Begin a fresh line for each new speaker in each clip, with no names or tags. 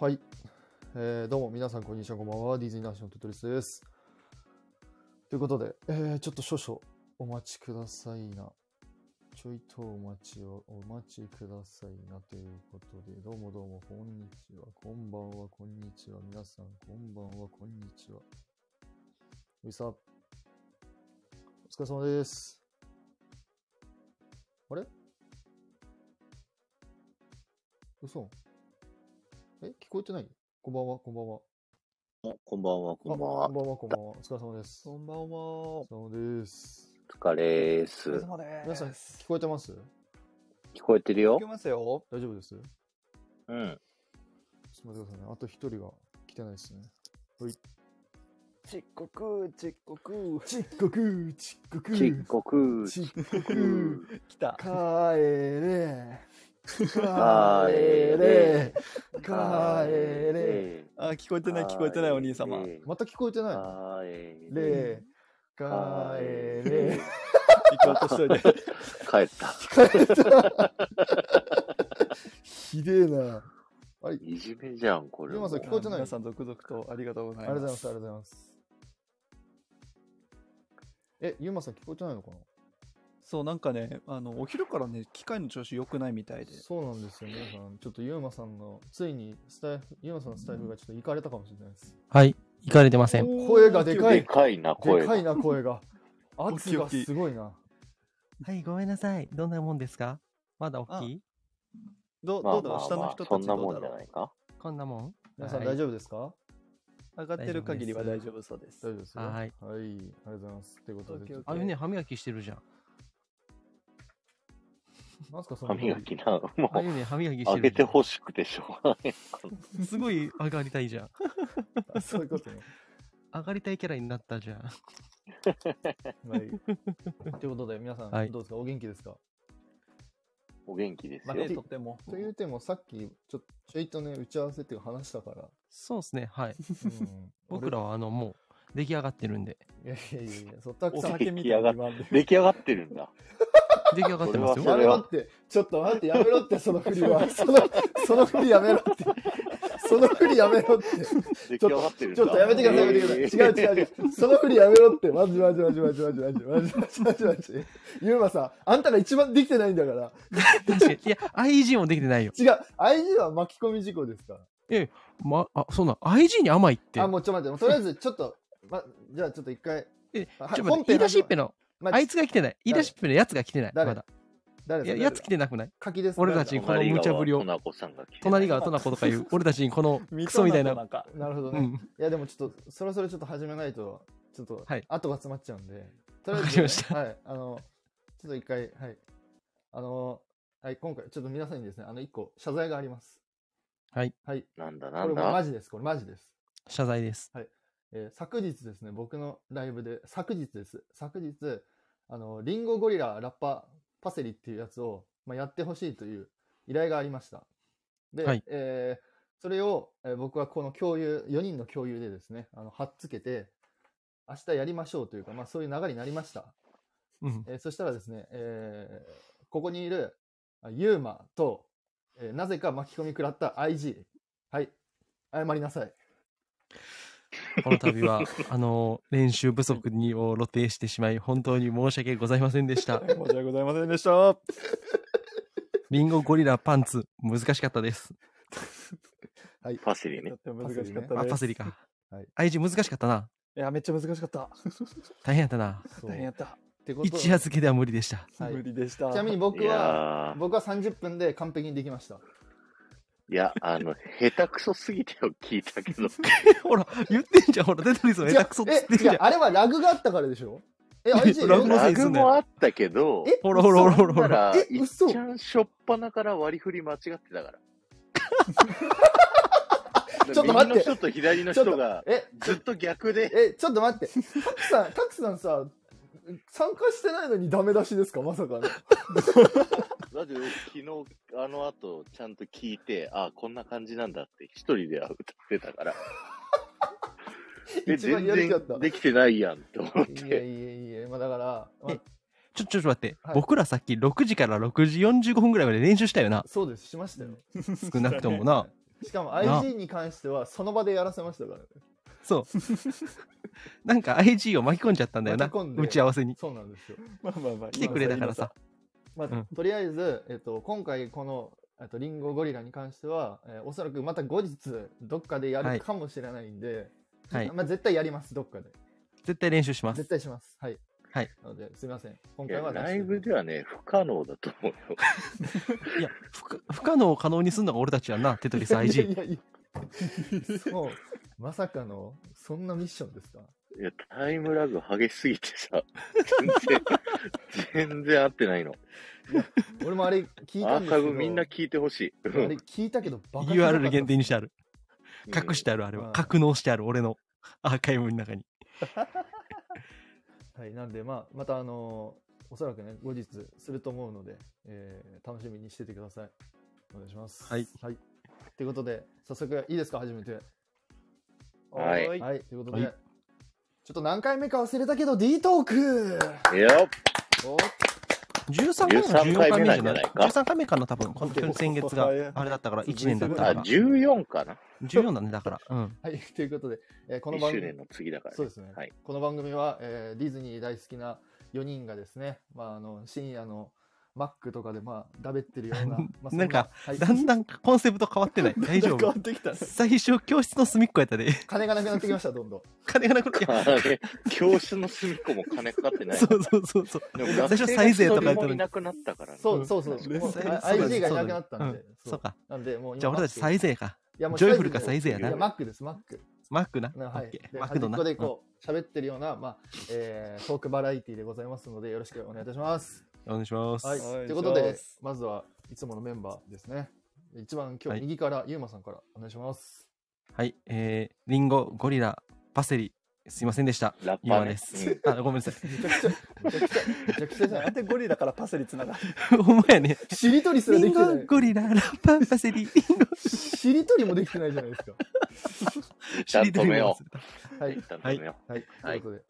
はい、えー、どうも皆さんこんにちはこんばんはディズニーナッショントゥトリスですということで、えー、ちょっと少々お待ちくださいなちょいとお待ちをお待ちくださいなということでどうもどうもこんにちはこんばんはこんにちは皆さんこんばんはこんにちはういさんお疲れ様ですあれ嘘え、聞こえてないこんばんは、こんばんは。
こんばんは、こんばんは。
こんばんは、こんばんは。お疲れ様です。
こんばんは。お
疲れ様です。
疲れーす。
お疲れ様です。
皆さん、聞こえてます
聞こえてるよ。
聞こえますよ。
大丈夫ですうん。
ち
と
ょっ
待ってくださいね。あと一人が来てないですね。はい。
ちっこく、ちっこく。
ちっこく、ちっこく。
ちっこく、
ちっこく。
来た。
帰れ。帰れ帰れ
あ、聞こえてない、聞こえてない、お兄様。
また聞こえてない帰れ帰れ。
行こうとしといて。
帰った
帰った。ひでえな。
あれいじめじゃん、これ。
今さん聞こえて ない
皆さん続々とありがとうござい
ます。ありがとうございます、ありがとうございます。え、ゆうまさん聞こえてないのかな
そうなんかねあのお昼からね機械の調子良くないみたいで
そうなんですよ皆さんちょっとユーマさんのついにスタイフユーマさんのスタイフがちょっと行かれたかもしれないです
はい行かれてません
声がでかい
でかいな声
でかいな声が圧がすごいな
はいごめんなさいどんなもんですかまだ大きい
どどうだろう下の人たちどうだ
ろうそんなもんじゃないか
こんなもん
皆さん大丈夫ですか
上がってる限りは大丈夫そうです
大丈夫です
はいは
あ
い
りがとうございますってことで
あれね歯磨きしてるじゃん
なんすかそ
の歯磨きな、も う、
ね、歯磨き
上げてほしくてしょうがない。
すごい上がりたいじゃん。
あそういうことね。
上がりたいキャラになったじゃん。
はい。ということで、皆さん、はい、どうですかお元気ですか
お元気です
よ。 まあ、とっても。
というても、さっき、ちょちょいとね、打ち合わせっていう話したから。
そうですね、 はい。うん、僕らは、あの、もう、出来上がってるんで。
いやいやいや、そったく
さん出来上が出来上がってるんだ。
出来上がってますよ。
やめろって、ちょっと待って、やめろって、その振りは。その、その振りやめろって。その振りやめろって。
ちょっと、
ちょっとやめてください、やめてください。違う違う違う。その振りやめろって。マジマジマジマジマジマジマジマジマジマジ。ユーマさん、あんたが一番できてないんだから。
確かに。いや、IG もできてないよ。
違う。IG は巻き込み事故ですから。
ええ、ま、あ、そんな、IG に甘いって。
あ、もうちょっと待って、とりあえず、ちょっと、ま、じゃあちょっと一回。
え、ちょっと言い出しっぺの。まあ、あいつが来てない。言い出しっぺのやつが来てない。まだ。
誰
ややつ来てなくない
柿です
俺たちにこの無茶ぶりを。隣がトナコとかいう、俺たちにこのク ソみたいな。
なるほどね。いや、でもちょっと、そろそろちょっと始めないと、ちょっと、後が詰まっちゃうんで。
とりあえず、ました。
はい。あの、ちょっと一回、はい。あの、はい、今回、ちょっと皆さんにですね、あの、一個、謝罪があります。
はい。
はい。
なんだなんだこ
れマジです、これマジです。
謝罪です。
はい。えー、昨日ですね、僕のライブで、昨日です。昨日、あの、リンゴゴリララッパパセリっていうやつを、まあ、やってほしいという依頼がありました。で、はい、えー、それを、えー、僕はこの共有、4人の共有でですね、あの、はっつけて、明日やりましょうというか、まあ、そういう流れになりました。
うん、
えー、そしたらですね、えー、ここにいるユーマと、えー、なぜか巻き込み食らった IG。はい。謝りなさい。
この度は、あの、練習不足にを露呈してしまい、本当に申し訳ございませんでした。
申し訳ございませんでした。
リンゴゴリラパンツ、難しかったです。
はい、パセリね。
難しかった、ね、
あ、パセリか。はい。愛知難しかったな。
いや、めっちゃ難しかった。
大変やったな。
大変やった。
一夜漬けでは無理でした。
はい、無理でした。
ちなみに僕は、僕は30分で完璧にできました。
いや、あの、下手くそすぎてよ、聞いたけど。
ほら、言ってんじゃん、ほら、出てるぞ、下手くそっつってんじゃん。
あれはラグがあったからでしょえ、あれ
ラグラグもあったけど、
え、ほらほらほらほらほら。
え、嘘ちゃんしょっぱなから割り振り間違ってたから。ちょっと待って。ちょっと左の人が、え、ずっと逆で。
え、ちょっと待って。たくさん、たくさんさ、参加してないのにダメ出しですかまさかね。
だって昨日あの後ちゃんと聞いて、ああ、こんな感じなんだって一人では歌ってたから。
一番やる気だった。
できてないやんって思って。
いやいやいや、まあだから。まあ、
ちょ、ちょっと待って、はい、僕らさっき6時から6時45分ぐらいまで練習したよな。
そうです、しましたよ。
少なくともな。
しかも IG に関しては、その場でやらせましたからね。
そう。なんか IG を巻き込んじゃったんだよな。
巻き込んで
打ち合わせに。
そうなんですよ。
まあまあまあ。
来てくれたからさ。
まあ、
うん
とりあえず、えっと、今回この、えっと、リンゴゴリラに関しては、えーおそらくまた後日、どっかでや
は
る
い
かもしれないんで、
はい
まあ、絶対やります、どっかで。
絶対練習します
絶。対します。はい。
はい。
なので、すみません。今
い
回
や
は
ライブで
は。
はね、不可能だと思う よ。
いや、不可不可能を可能にすんのが俺たちやんな、テトリス
いや
IG。
いやいやもう、まさかの、そんなミッションですか
いや、タイムラグ激しすぎてさ、全然、全然合ってないの。
俺もあれ聞い
ア
たん
ー
です
カ
け
イ
ど、
ブみんな聞いてほしい。
あれ聞いたけど、 バカひどかった
URL 限定にしてある。隠してある、あれ
う
は。
ん
格納してある、俺のアーカイブの中に。
はい、なんで、まあ、また、あのーおそらくね、後日すると思うので、えー楽しみにしててください。お願いします。
はい。
はい。ということで、早速、いいですか、始めて。
はい
は
はい、ということで、
はい
ちょっと何回目か忘れたけど、D トーク
うん。いや、
お
13回目か
13
14
回
回
目な
目なん
じ
んじ
ゃ
ゃ
な
ないい
か
?13 回目かな、多分。この先月が、あれだったから、1年だった
あ、
から。
14かな
14だね、だから。うん。
はい、ということで、えーこの
?1
番
周
組
年、の次だから、
そうですね、
はい。
この番組は、えーディズニー大好きな4人がですね、まあ、あの深夜のマックとかで、まあ、だべってるよう な、まあそ
なんか、
はい
だんだんコンセプト変わ ってない。大丈
変わ
夫
っ。てきたね。
最初、教室の隅っこやったで。
金がなくなってきました、どんどん。
金がなく なっ
あれ教室の隅っこも金かかってない。
そうそうそうそう。
でも
最初サイゼとかや
や
ったのに
いなくなったからね。
そうそうそう。
レ
もう
ッスン
あ
そうだね
IG がいなくなったんで。
うんそうか。
なんで、もう今
じゃあ俺たちサイゼか。
いやもう
ジョイフルか
サ
サ
イ
イ
ズ
ゼ
で
や
いや、
な。
マックです、マック。
マックな。
な
オ
はい
ッケ。ー
で
マクドな。
端っこで
うんお
こう、喋ってるような、まあ、えートークバラエティでございますので、よろしくお願いいたします。
願いします。
はい。
お
と
願いします
いうことで、まずはいつものメンバーですね。一番今
は
日
い
右から、ゆうまさんからお願いします。
はい。えー、リンゴ、ゴリラ、パセリ。すいませんでした。
ラッ
ゆ
パ
う
ーね
まで
うん
す。あ、ごめんなさい。
めちゃくちゃ、めちゃくちゃ、めちゃくちゃじゃな
ないんでゴリラからパセリつながる
お前ね。
しりとりすら
リ
で
ン
きて
ゴ
ない、。
ゴリラ、ラッパ、パセリ。リンゴ、
しりとりもできてないじゃないですか。
しりとりも忘れた
は
一
い。
旦止めよ
はい。ということで、
う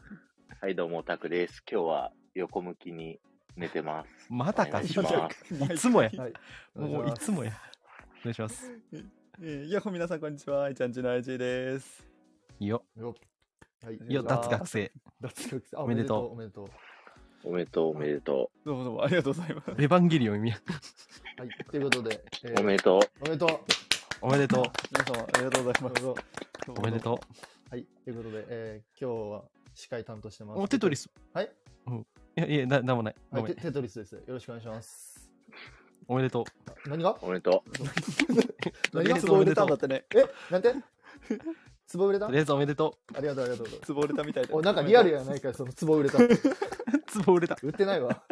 はい、どうも、タクです。今日は横向きに寝てます。
また
お
か。
願い
い
します。
つもや。
はい。お願いし
もうい
ます
つもや。お願いします。
えーいや、ほ皆さんこんにちは。いちゃんちの IG です。
よ、
よはい
よ、
お願いします
脱学生。
脱学生あ
おめでとう
おめでとう。
おめでとう、おめでと
どうもどうもありがとうございます。
エヴァンゲリオン見や。
はい、ということで、え
う。おめ
で
でとう。
おめでとう。
おめでとう。
皆様ありがとうござい
お
ま
めでとう
す。
おめでと
はい、ということで、えー、今日は司会担当してま
う。
す。
お、テトリ。ス。
はい。
うん。いや、いや、ななんもない。
は
ご
い、
め
テ
ん。
テトリスです。よろしくお願いします。
おめでとう。
何が
おめでと
う
何
い
が
や、つぼ売れたんだってね。
え、なん てツボ売れたあ
とりあえずおめでと
りがとう、ありがとう。
つぼ売れたみたいで。
お、なんかリアルやないかよ、そのツボ売れたって。
う。つぼ売れた。
売ってない わ。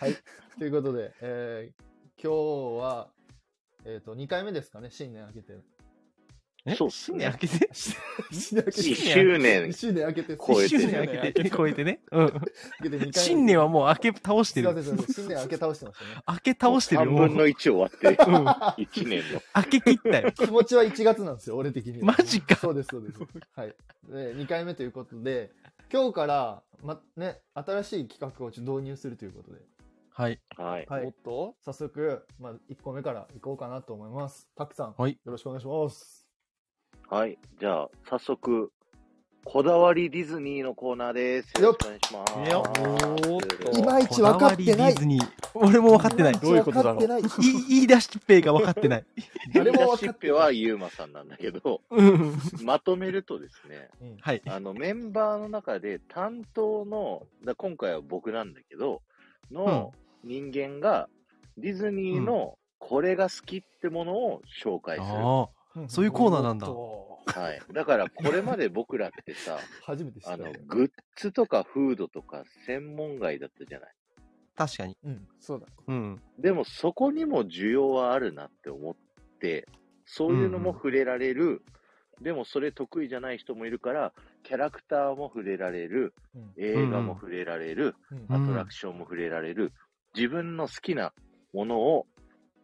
はい、ということで、えー、今日は、えっ、と、2回目ですかね、新年明けて。
え
そうっす
新
ね
年明けて。
新年明
う。1
け
周年
て。新年明けて、
超えて
一
る
周年明けて。超えてね。うん。
明けて2回目。
新年はもう明け倒し
す
て
いま
る。
せんすいません新年明け倒してましたね。
明け倒してるよ。
3
もう
分の1終わってる。
うん
1年の。
明け切ったよ。
気持ちは1月なんですよ、俺的には。
マジか
そうです、そうです。はい。で、2回目ということで、今日から、ま、ね、新しい企画をちょっと導入するということで、
はい。
はい。
おっと、早速、まあ、1個目からいこうかなと思います。たくさん、
はい
よろしくお願いします。
はい。じゃあ、早速、こだわりディズニーのコーナーです。
よ
よ
っ
ろしくお願いします。
よっ
お
いまいち分かってない
こだわりディズニー。俺も分かってない。
どういうことだろう
分かってない。
い言い出しっぺが分かってない。
誰も分
し
か
っ
って
ぺはユーマさんなんだけど、
うん。
まとめるとですね、
うん
はい。
あのメンバーの中で担当の、だ今回は僕なんだけど、の人間がディズニーのこれが好きってものを紹介する。
ああ。そういうコーナーなんだ
おっと
はい、だからこれまで僕らってさ、
初めて知った
あの
ね。
グッズとかフードとか専門外だったじゃない。
確かに。
うん、そうだ。
うん。
でもそこにも需要はあるなって思って、そういうのも触れられる、でもそれ得意じゃない人もいるから、キャラクターも触れられる、
うん
映画も触れられる、
うん
あ
アトラクションも触れられる、自分の好きなものを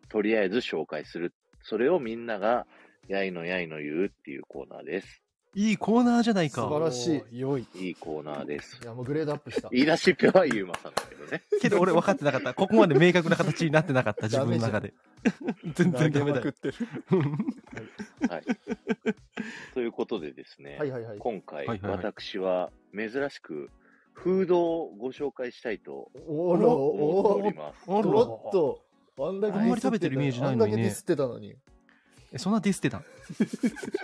とりあえず紹介する。それをみんながやいのやいの言うっていうコーナーです。
いいコーナーじゃない
素
か。
晴らしい。良い。
いいコーナーです
い。や、もうグレードアップした。
言い出しっぺはゆうまさんだけどね。
けど俺分かってなかった。ここまで明確な形になってなかった、自分の中で。 全然ダメ
投げま
だ
くっ
よ。
てる。
はい。 ということでですね、
はいはいはい。
今回、
はいはいはい
私は珍しくフードをご紹介したいと
おら、
思ってお
お
ります。
あ
お、
ら
おっと。あんだけ
あんまり食べてるイメージないのにね
あんだけディスってたのに。
えそんなディスってたん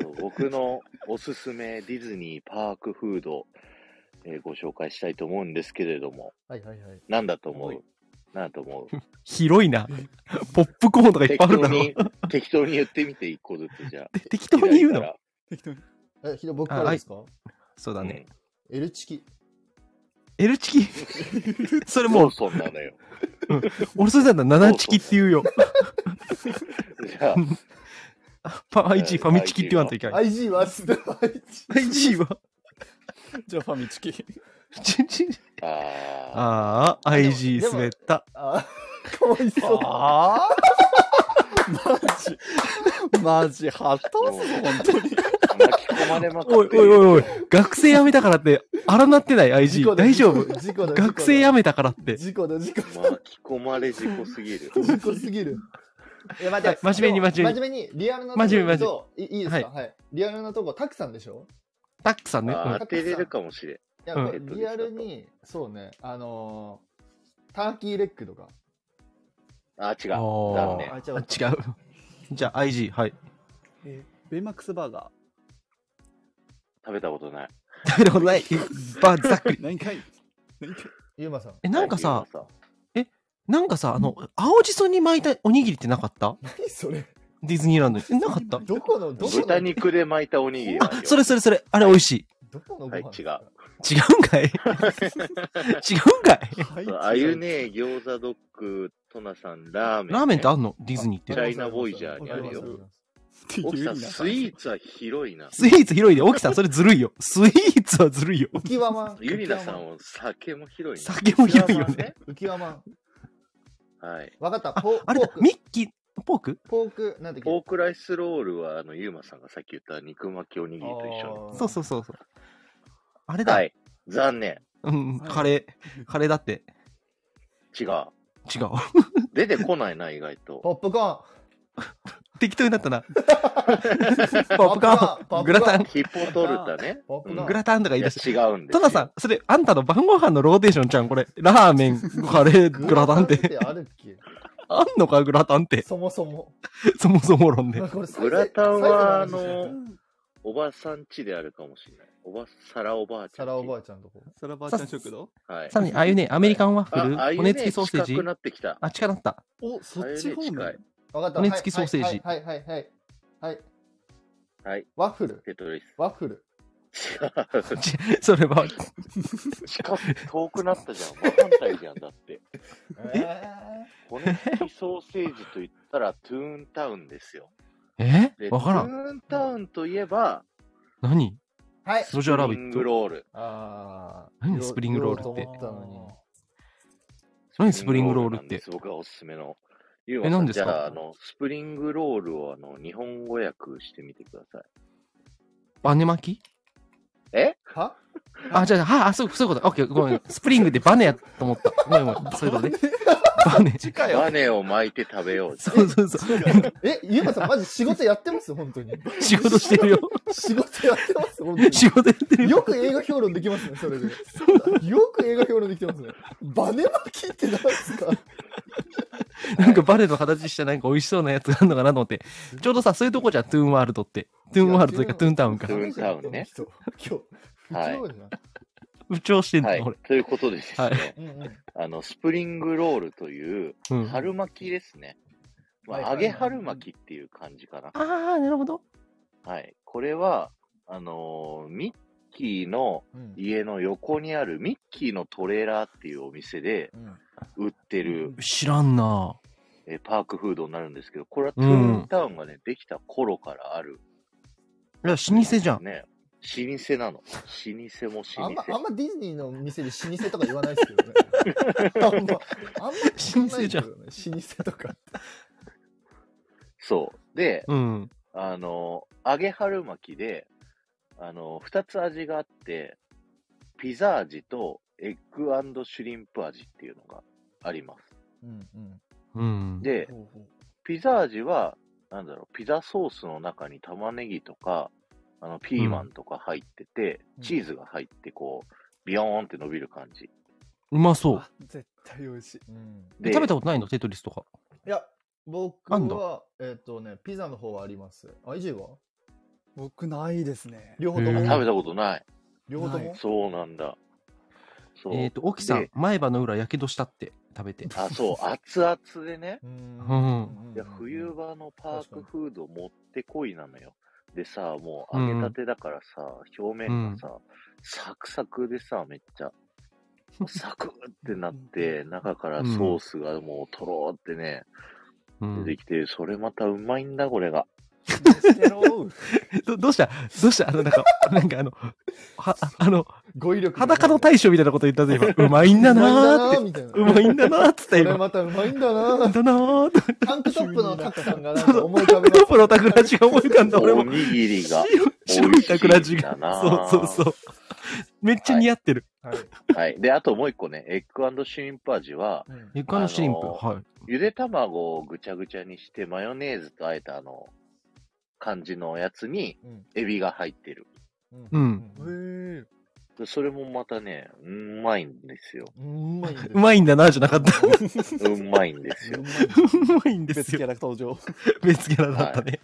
そう僕のおすすめディズニーパークフード、えーご紹介したいと思うんですけれども、
はいはいはい。
なんだと思
はいう
なんだと思う
広いな。ポップコ ーンとかいっ
適
ぱいある
当
だろ。
に、適当に言ってみて、一個ずつじゃあ。
適当に言
開い
う
た
の
ら
適当に。
え、ひど僕からですか、
そうだね。
エルチキ。
L チキ。 それ
も
も
う
う、
そんなのよ。
俺それだったら7チキって言うよ。
じ ゃあ、
パ IG ファミチキって言わんといけない。
IG はすで IG。
IG は。
じゃあファミチキ。
ちんちん
あ
ああ、IG 滑った。
あ、かわいそう。
ああマジ。マジ、はた
ー、もう
本当に。
巻き込まれま
お
く
い
って
おい
る。
おいおい、学生辞めたからって、荒なってない IG。大丈夫。
事故だ。
学生辞
め
めたからって。
事故だ、事故だ。
巻き込まれ事故すぎ る。
事故すぎる。いや、待って、
はい真面目に
でも
真
真面目に、リアルなとこ
真面
ろ
目に
と、いいいですかはい。リアルなとこ、たくさんでしょ
タックさんね。
あー
う
当てれるかもしれん。
いや、
うん
これリアルに、そうね、あのー、ターキーレッグとか。
あー、違
ん
う。残
あ
念。
あ、違
ー
う。
あ違う。じゃあ IG、はい。
えーベイマックスバーガ
食べたことない。
食べたことない。ば、ざっくり。
ー。何回何回
ゆうまさん。
え、なんかさ、
最近は
なんかさ、あの、青じそに巻いたおにぎりってなかった
何それ
ディズニーランドに。えなかった
どこの、どこの、
豚肉で巻いたおにぎりはあるよ
あ、それそれそれ。あれ美味しい。
どこのご飯
はい
です
違
か
違う んかい違うんかい
は
そうあゆね
違う
餃子ドッグ、トナさん、ラーメン、
ラーメンってあんのディズニーっ
チ
て。
ャイナボイジャーにある
わかり
よ。
ますわかります
奥
ってい
さ、
うんな
スイーツは広いな。
スイーツ広いで。沖さん、それずるいよ。スイーツはずるいよ。
浮き輪マン。
ゆりなさんは酒も広いな。
酒も広いよね。
浮き輪マン。
はい。
わかった。ポ
あれ
ポー
だ、
ク、
ミッキー、ポーク
ポーク、なんだっけ
ポークライスロールは、あの、ゆうまさんがさっき言った肉巻きおにぎりと一緒
そうそうそうそう。あれ
に。
だ、
はい。残念。
うん、
はい
カレー、カレーだって。
違う。
違う。
出てこないな、意外と。
ポップコーン。
適当になったな。ポ
ポ
ップコ
ップコ
ー
ー
ン、
ン
グラタン、
ヒポトルタね。
ポップコーン。
グラタンとか
い
言い
や、
出して。
違うんです
ト
よ。
ナさん、それ、あんたの晩ご飯のローテーションちゃん、これ。ラーメン、カレー、グラタ ンって。
あるっけ
あんのか、グラタンって。
そもそも。
そもそも論で。
これサイズ
グラタンは、あ
サイズ話じゃない
の、おばさん家であるかもしれない。おば、サラおばあちゃ
サ
ん。
ラおばあちゃんとこ。
サラバーちゃん食堂
はい。
さらに、ああいうね、アメリカンワッフル、
あ、あゆ
骨
ね、
付きソーセージ
近く。なってきた。
あ、近なった。
お、そっち方面。
あれに
わかった。
骨付きソーセージ
はいはいはいはいはい。はい。
はい。
ワッフル。
テトリ
ワッフル。
ス。違う。
ちそれは、
近く、遠くなったじゃん。真反対じゃん。だって。
え
骨付きソーセージと言ったら、トゥーンタウンですよ。
え
で、
わから
ト
ん。
ゥーンタウンといえば、
何
ーはい。
ロジャーラ
スプ
ビ
リ
ッ
ン
ト
グ。ロール。
ああ。
何スプリングロールって
言おうと思
何スプリングロールって
なんです僕がおすすめの。ゆうま
え
さ
何
ん
ですか
じゃあ、あの、スプリングロールをあの日本語訳してみてください。
バネ巻き
え
ったのに。は
あ、じゃあ、はあ、そう、そういうこと。オッケー、ごめん。スプリングでバネやと思った。ごめん、ごめん。そういうことね。バネ。
近いよ。
バネを巻いて食べよう。
そうそうそう。
え、ゆうまさん、マジ仕事やってます本当に。
仕事してるよ。
仕事やってます本当に。
仕事やってるよ。
よく映画評論できますね、それで。よく映画評論できてますね。バネ巻きって何ですか
なんかバネの形したなんか美味しそうなやつがあるのかなと思って。ちょうどさ、そういうとこじゃん、トゥーンワールドって。トゥーンワールドというか、トゥーンタウンか
トゥ。ーンタウンね
人今日、不
はい
調じゃん。
不調してん
は
だ、
い
俺。。
ということでですね、
は
うんうん。
あの、スプリングロールという、
うん。あ
春巻きですね。ま
はい
あ、
はい
揚げ春巻きっていう感じかな。
あー、なるほど。
はい。これは、あのーミッキーの
うん
家の横にあるミッキーのトレーラーっていうお店で
うん
売ってる、
知らんな
えーパークフードになるんですけど、これはトゥーンタウンがね、できた頃からある、
ぁ。いや、老舗じゃん。
ね、老舗なの。老舗も
あん
老
ま、あん
舗。
まディズニーの店で老舗とか言わないですけどね。あんま、あんま聞かないけどね老舗とか。
そう。で、
うん。
あの、揚げ春巻きで、あの、二つ味があって、ピザ味とエッグシュリンプ味っていうのがあります。
うんうん。
うん。
で、
ほうほう
ピザ味は、なんだろう、ピザソースの中に玉ねぎとか、あの、ピーマンとか入ってて、
うん
チーズが入って、こう、ビヨーンって伸びる感じ。
うまそう。
あ絶対美味しい。
うん
で、
食べたことないのテトリスとか。
いや、僕
あん
は、えっ、とね、ピザの方はあります。あ、イジーは
僕ないですね。
両方と
へ
も
ー
食べたことない。
両方とも
そうなんだ。そう。
えっ、と、沖さん
で、
前歯の裏やけどしたって食べて。
あ、そう、熱々でね。
うーん
うん
うん
いや、冬場のパークフード持ってこいなのよ。でさ、もう揚げたてだからさ、表面がさ、サクサクでさ、めっちゃ。サクってなって、中からソースがもうとろーってね、
うん
出てきて、それまたうまいんだ、これが。
どどうしたどうしたあの、なんか、なんかあの、は、あの、
語彙力が
裸の大将みたいなこと言ったぜ、今。うまいんだなーって。
うまいんだなーみたいな。
うまいんだなーっつった
これ
今。うま
またうまいんだ
いん
な。
だなーって。
タンクトップのタクさんがなん
そ
か
の
思い浮
タ
か
ン
べ
クト
ま
ッ
す
プのタクラジが思い浮かんだ、俺
お
も。
にぎりが。
白白いタクラジ
美味しい
が
んだ。な
そうそうそう。めっちゃ似合ってる。
はい。
はい。で、あともう一個ね、エッグシュリンプ味は、
うん
床のシリンプ。
あのー
はい。
ゆで卵をぐちゃぐちゃにして、マヨネーズとあえたあの、感じのやつに、
うん
エビが入ってる。
うん
うん
へえ。
でそれもまたね、うんうまいんですよ。
うんうまいんだよ
うまいんだなーじゃなかった。う
うんまいん ですよ。
まいんです
別キ
よ。
ャラ登場。
別キャラだったね。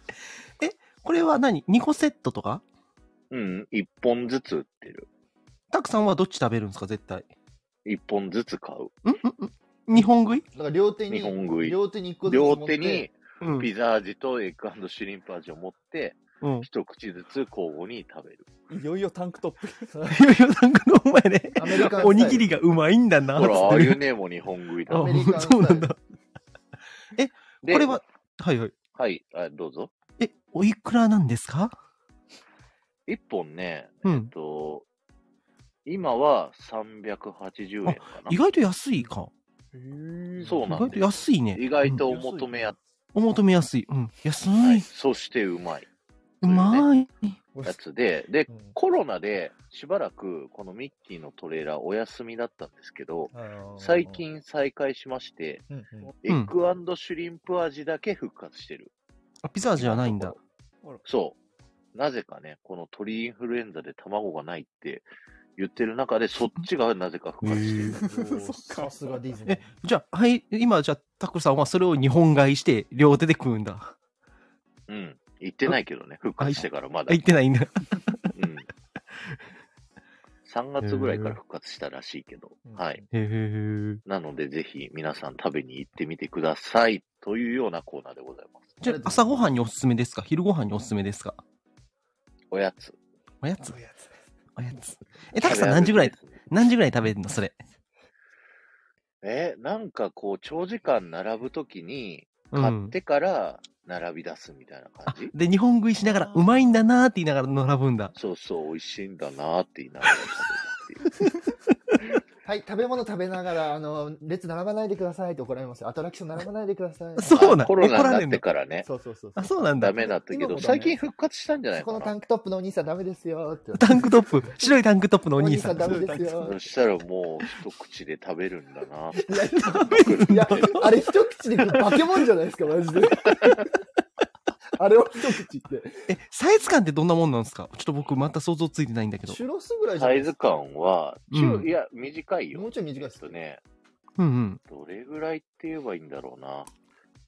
え、これは何 ?2 個セットとか
うん、一本ずつ売ってる。
たくさんはどっち食べるんですか絶対。
一本ずつ買う。
んんん日本食い
だから両手
日本
に、
食い。
両手に一個ずつ持
両
って。
手に
うん
ピザ味とエッグシュリンプ味を持って、
うん。
一口ずつ交互に食べる。
いよいよタンクトップ。
いやいや、なんかのお前 ね、
アメリカンスタイル
おにぎりがうまいんだな、
ほら、あ
つ
あ
って
い
る
うねも日本食いだ。
あ
アメリカンスタイル
そうなんだ。こ
で
れは、はいはい。
はい、あどうぞ。
え、おいくらなんですか
一本ね、
う
え
ん
っ。と、今は380円かな
意。外と安いか。
そう
意
なん
外
です
と安いね。
意外と
うん
お求めや、
お求めやすい。うん。安
はいい。。そしてうまい
うんまい。
やつで、で
う、ん
コロナでしばらくこのミッキーのトレーラーお休みだったんですけど、
あー
最近再開しまして、
うんうん
エッグシュリンプ味だけ復活してる。
あピザ味はないんだ。
そう。なぜかね、この鳥インフルエンザで卵がないって言ってる中で、そっちがなぜか復活してる。
おーさすがディズニー。
じゃあ、はい、今、じゃあ、タクさんはそれを日本買いして、両手で食うんだ。
うん。言ってないけどね、復活してからまだ。
あ言ってないんだ。
うん。3月ぐらいから復活したらしいけど、
うん
はい。。
へー
なので、ぜひ皆さん食べに行ってみてください。というようなコーナーでございます。
じゃあ、朝ごはんにおすすめですか昼ごはんにおすすめですか
おやつ。
おや
そう
つ
いうやつ
おやつ。え、タクさん何時ぐらい、何時ぐらい食べるのそれ。
え、なんかこう、長時間並ぶときに、
う
買っ
ん。
てから並び出すみたいな感
あ
じ、
で、日本食いしながら、うまいんだなーって言いながら並ぶんだ。
そうそう、美味しいんだなーって言いながら食べるっていう。
はい、食べ物食べながら、あの、列並ばないでくださいって怒られますよ。アトラクション並ばないでください。
そうなん
あコロナに
怒ら
な
れ
っ
ん
て
の
からね、
そうそうそうそう。
あ、そうなんだ
ダ。メだったけ
今も
ど、
ダメ
最近復活したんじゃない
そこ
か
のタ
な
ン。クトップのお兄さんダメですよって。
タンクトッ プ、白いタンクトップのお兄さん。
ダメですよ
そ。したらもう一口で食べるんだな。
いや、あれ一口で化け物じゃないですか、マジで。あれは一口って。
え、サイズ感ってどんなもんなんですかちょっと僕また想像ついてないんだけど。
シュロスぐらいじゃ
サ
ない
イ
です
ズ
か。
感は、中
うん
いや、短いよ。
もうちょい短いです
えっとね、
うんうん。
どれぐらいって言えばいいんだろうな。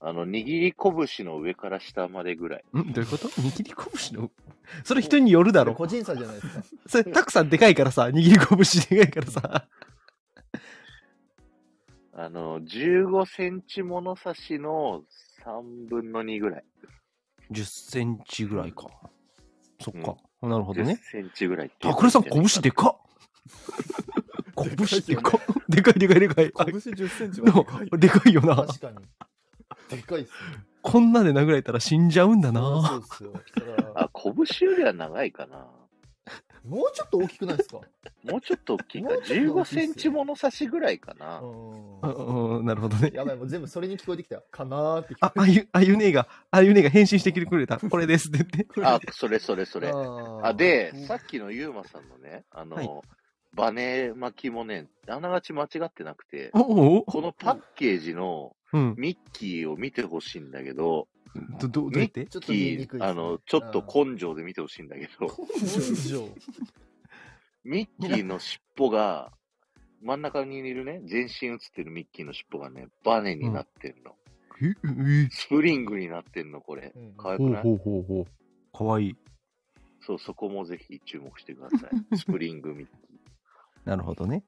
あの、握り拳の上から下までぐらい。
んどういうこと握り拳のそれ人によるだろ。
個人差じゃないですか。
それ、たくさんでかいからさ、握り拳でかいからさ。
あの、15センチ物差しの3分の2ぐらい。
10センチぐらいか。そっか。なるほど
10
ね。
センチぐらいって言
タ
えば
ク
いい
ラさ
じゃ
ん、
ないかな。
拳でか っ拳でかっでかいでかいでかい。あ
拳10センチ
でも
は、
でかいよな。
確かに。でかいっすよ。
こんなで殴られたら死んじゃうんだな。
そうっすよ。だから
あ、拳よりは長いかな。
もうちょっと大きくないですか
もうちょっと大きいか。
もうちょっと大
15
きいっすよ
センチ物差しぐらいかな
う。ん
うんうんうんなるほどね。
やばい、もう全部それに聞こえてきた。かなーって聞
あ、あゆ、あゆねえが、あゆねえが返信してきてくれた。これですって言って。
あ、それそれそれ。
あ
あ、で、さ
っ
っきのゆうまさんのね、あの、
はい
バネ巻きもね、あながち間違ってなくて、
おお
このパッケージの
うん。
ミッキーを見てほしいんだけど、
ど、ど、どうやって
ちょっ
ミ
と見にく
ッキ
いですね
ー、あの、ちょっと根性で見てほしいんだけど、
根性
ミッキーの尻尾が、真ん中にいるね、全身映ってるミッキーの尻尾がね、バネになってんの。
え、え、
スプリングになってんの、これ
うん。
かわいく
ほう
ない
ほうほうほう。かわいい。
そう、そこもぜひ注目してください。スプリングミッキ
なるほどね。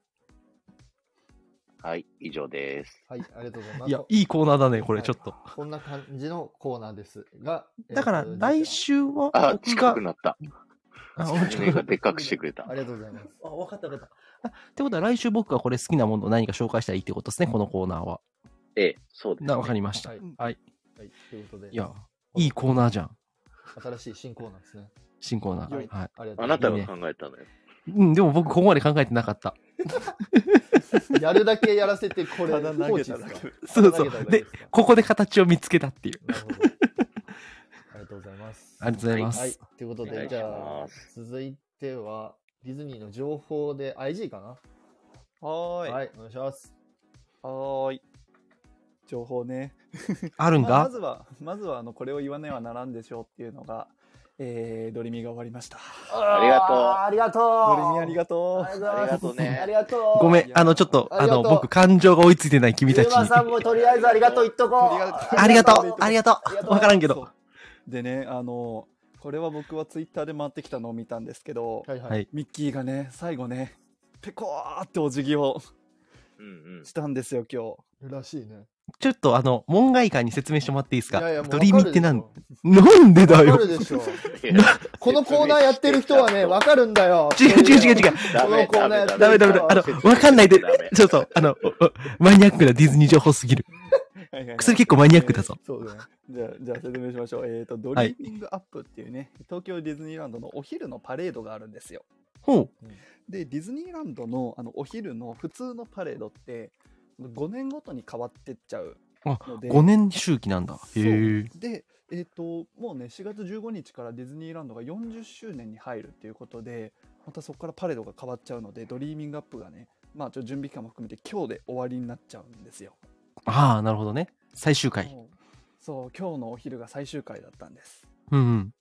ー。はい、以上です。
はい、ありがとうございます。
いや、いいコーナーだね、こ
は
れ、
い
ちょっと。
こんな感じのコーナーですが、
だから、
えーと
来週は
あ、
僕
近
が
く、なった。
あ、
近く
ち
目
ょ
がでっかくして くれた
あ。りがとうございます。
あ、わかったわかった。ってことは、来週僕がこれ好きなものを何か紹介したらいいってことですね、このコーナーは。
ええ、そうです、
な、わか
ね。
りました
はい。
はい。
はい、ということで、
いや、いいコーナーじゃん。
新しい新コーナーですね。
新コーナー。
はい
はい。
ありがとうござ
あない
ま
たが考えたのよ。
うん、でも僕、ここまで考えてなかった。
す。やるだけやらせて、これ、
ただ
放
投げ
置
た
です
だ
か
け。
そう
ただ
そ
投げただ
う。
け
で
で、すか
ここで形を見つけ たっていう。
なるほどありがとうございます。
ありがとうございます。
はい、ということ
お願
で、
い
じ
し
ゃあ
ま、
続いては、ディズニーの情報で IG かな
はーい。
はい、お願いします。
はーい。情報ね。
あるん
まあま
だ
ずは、まずは、あの、これを言わねばならんでしょうっていうのが、えー、ドリミが終わりました。
あ
りがとう
ありがとう
ドリミありがとう。
ありがとうね
ありがとう。
ごめ
い
ん、
や
あの、ちょっと、
あ
あ
りがと
の、
う
僕、感情が追いついてない君たちに。
ゆうまさんもとりあえずありがとう言っとこう。
ありがと
ありがとう、あ
あり
りがと
ありがと
う。
う
わからんけ
そう
ど。。
でね、あの、これは僕はツイッターで回ってきたのを見たんですけど、
はいは
はいい。
ミッキーがね、最後ね、ペコーってお辞儀を
うんうん。
したんですよ、今
らしいね。
ちょっと、あの、門外漢に説明してもらっていいですか
もう
ドリミってなん
わ、
なんでだ
か
よ。
るでしょ。わかるでしょ。
いや
このコーナーやってる人は ね、わかるんだよ。
違う違う違う違う。
ダメ
このコーナーやってる
ダメダメダメ。あの、わかんないで
ダメ。
ちょっと、あの、おおマニアックなディズニー情報すぎる。
日。
それ結構マニアックだぞ。
そうだね。
じゃあ、じゃあ説明しましょう。えっ、と、ド
は
リー
い
ミングアップっていうね、東京ディズニーランドのお昼のパレードがあるんですよ。
ほ
で、ディズニーランドのあのお昼の普通のパレードって、5年ごとに変わってっちゃう
あ
の
う。
で、
5年周期なんだ。へえ。
で、えっ、と、もうね、4月15日からディズニーランドが40周年に入るっていうことで、またそこからパレードが変わっちゃうので、ドリーミングアップがね、まあ、ちょっと準備期間も含めて今日で終わりになっちゃうんですよ。
ああ、なるほどね。最終回。
もうそう、今日のお昼が最終回だったんです。
うんうん。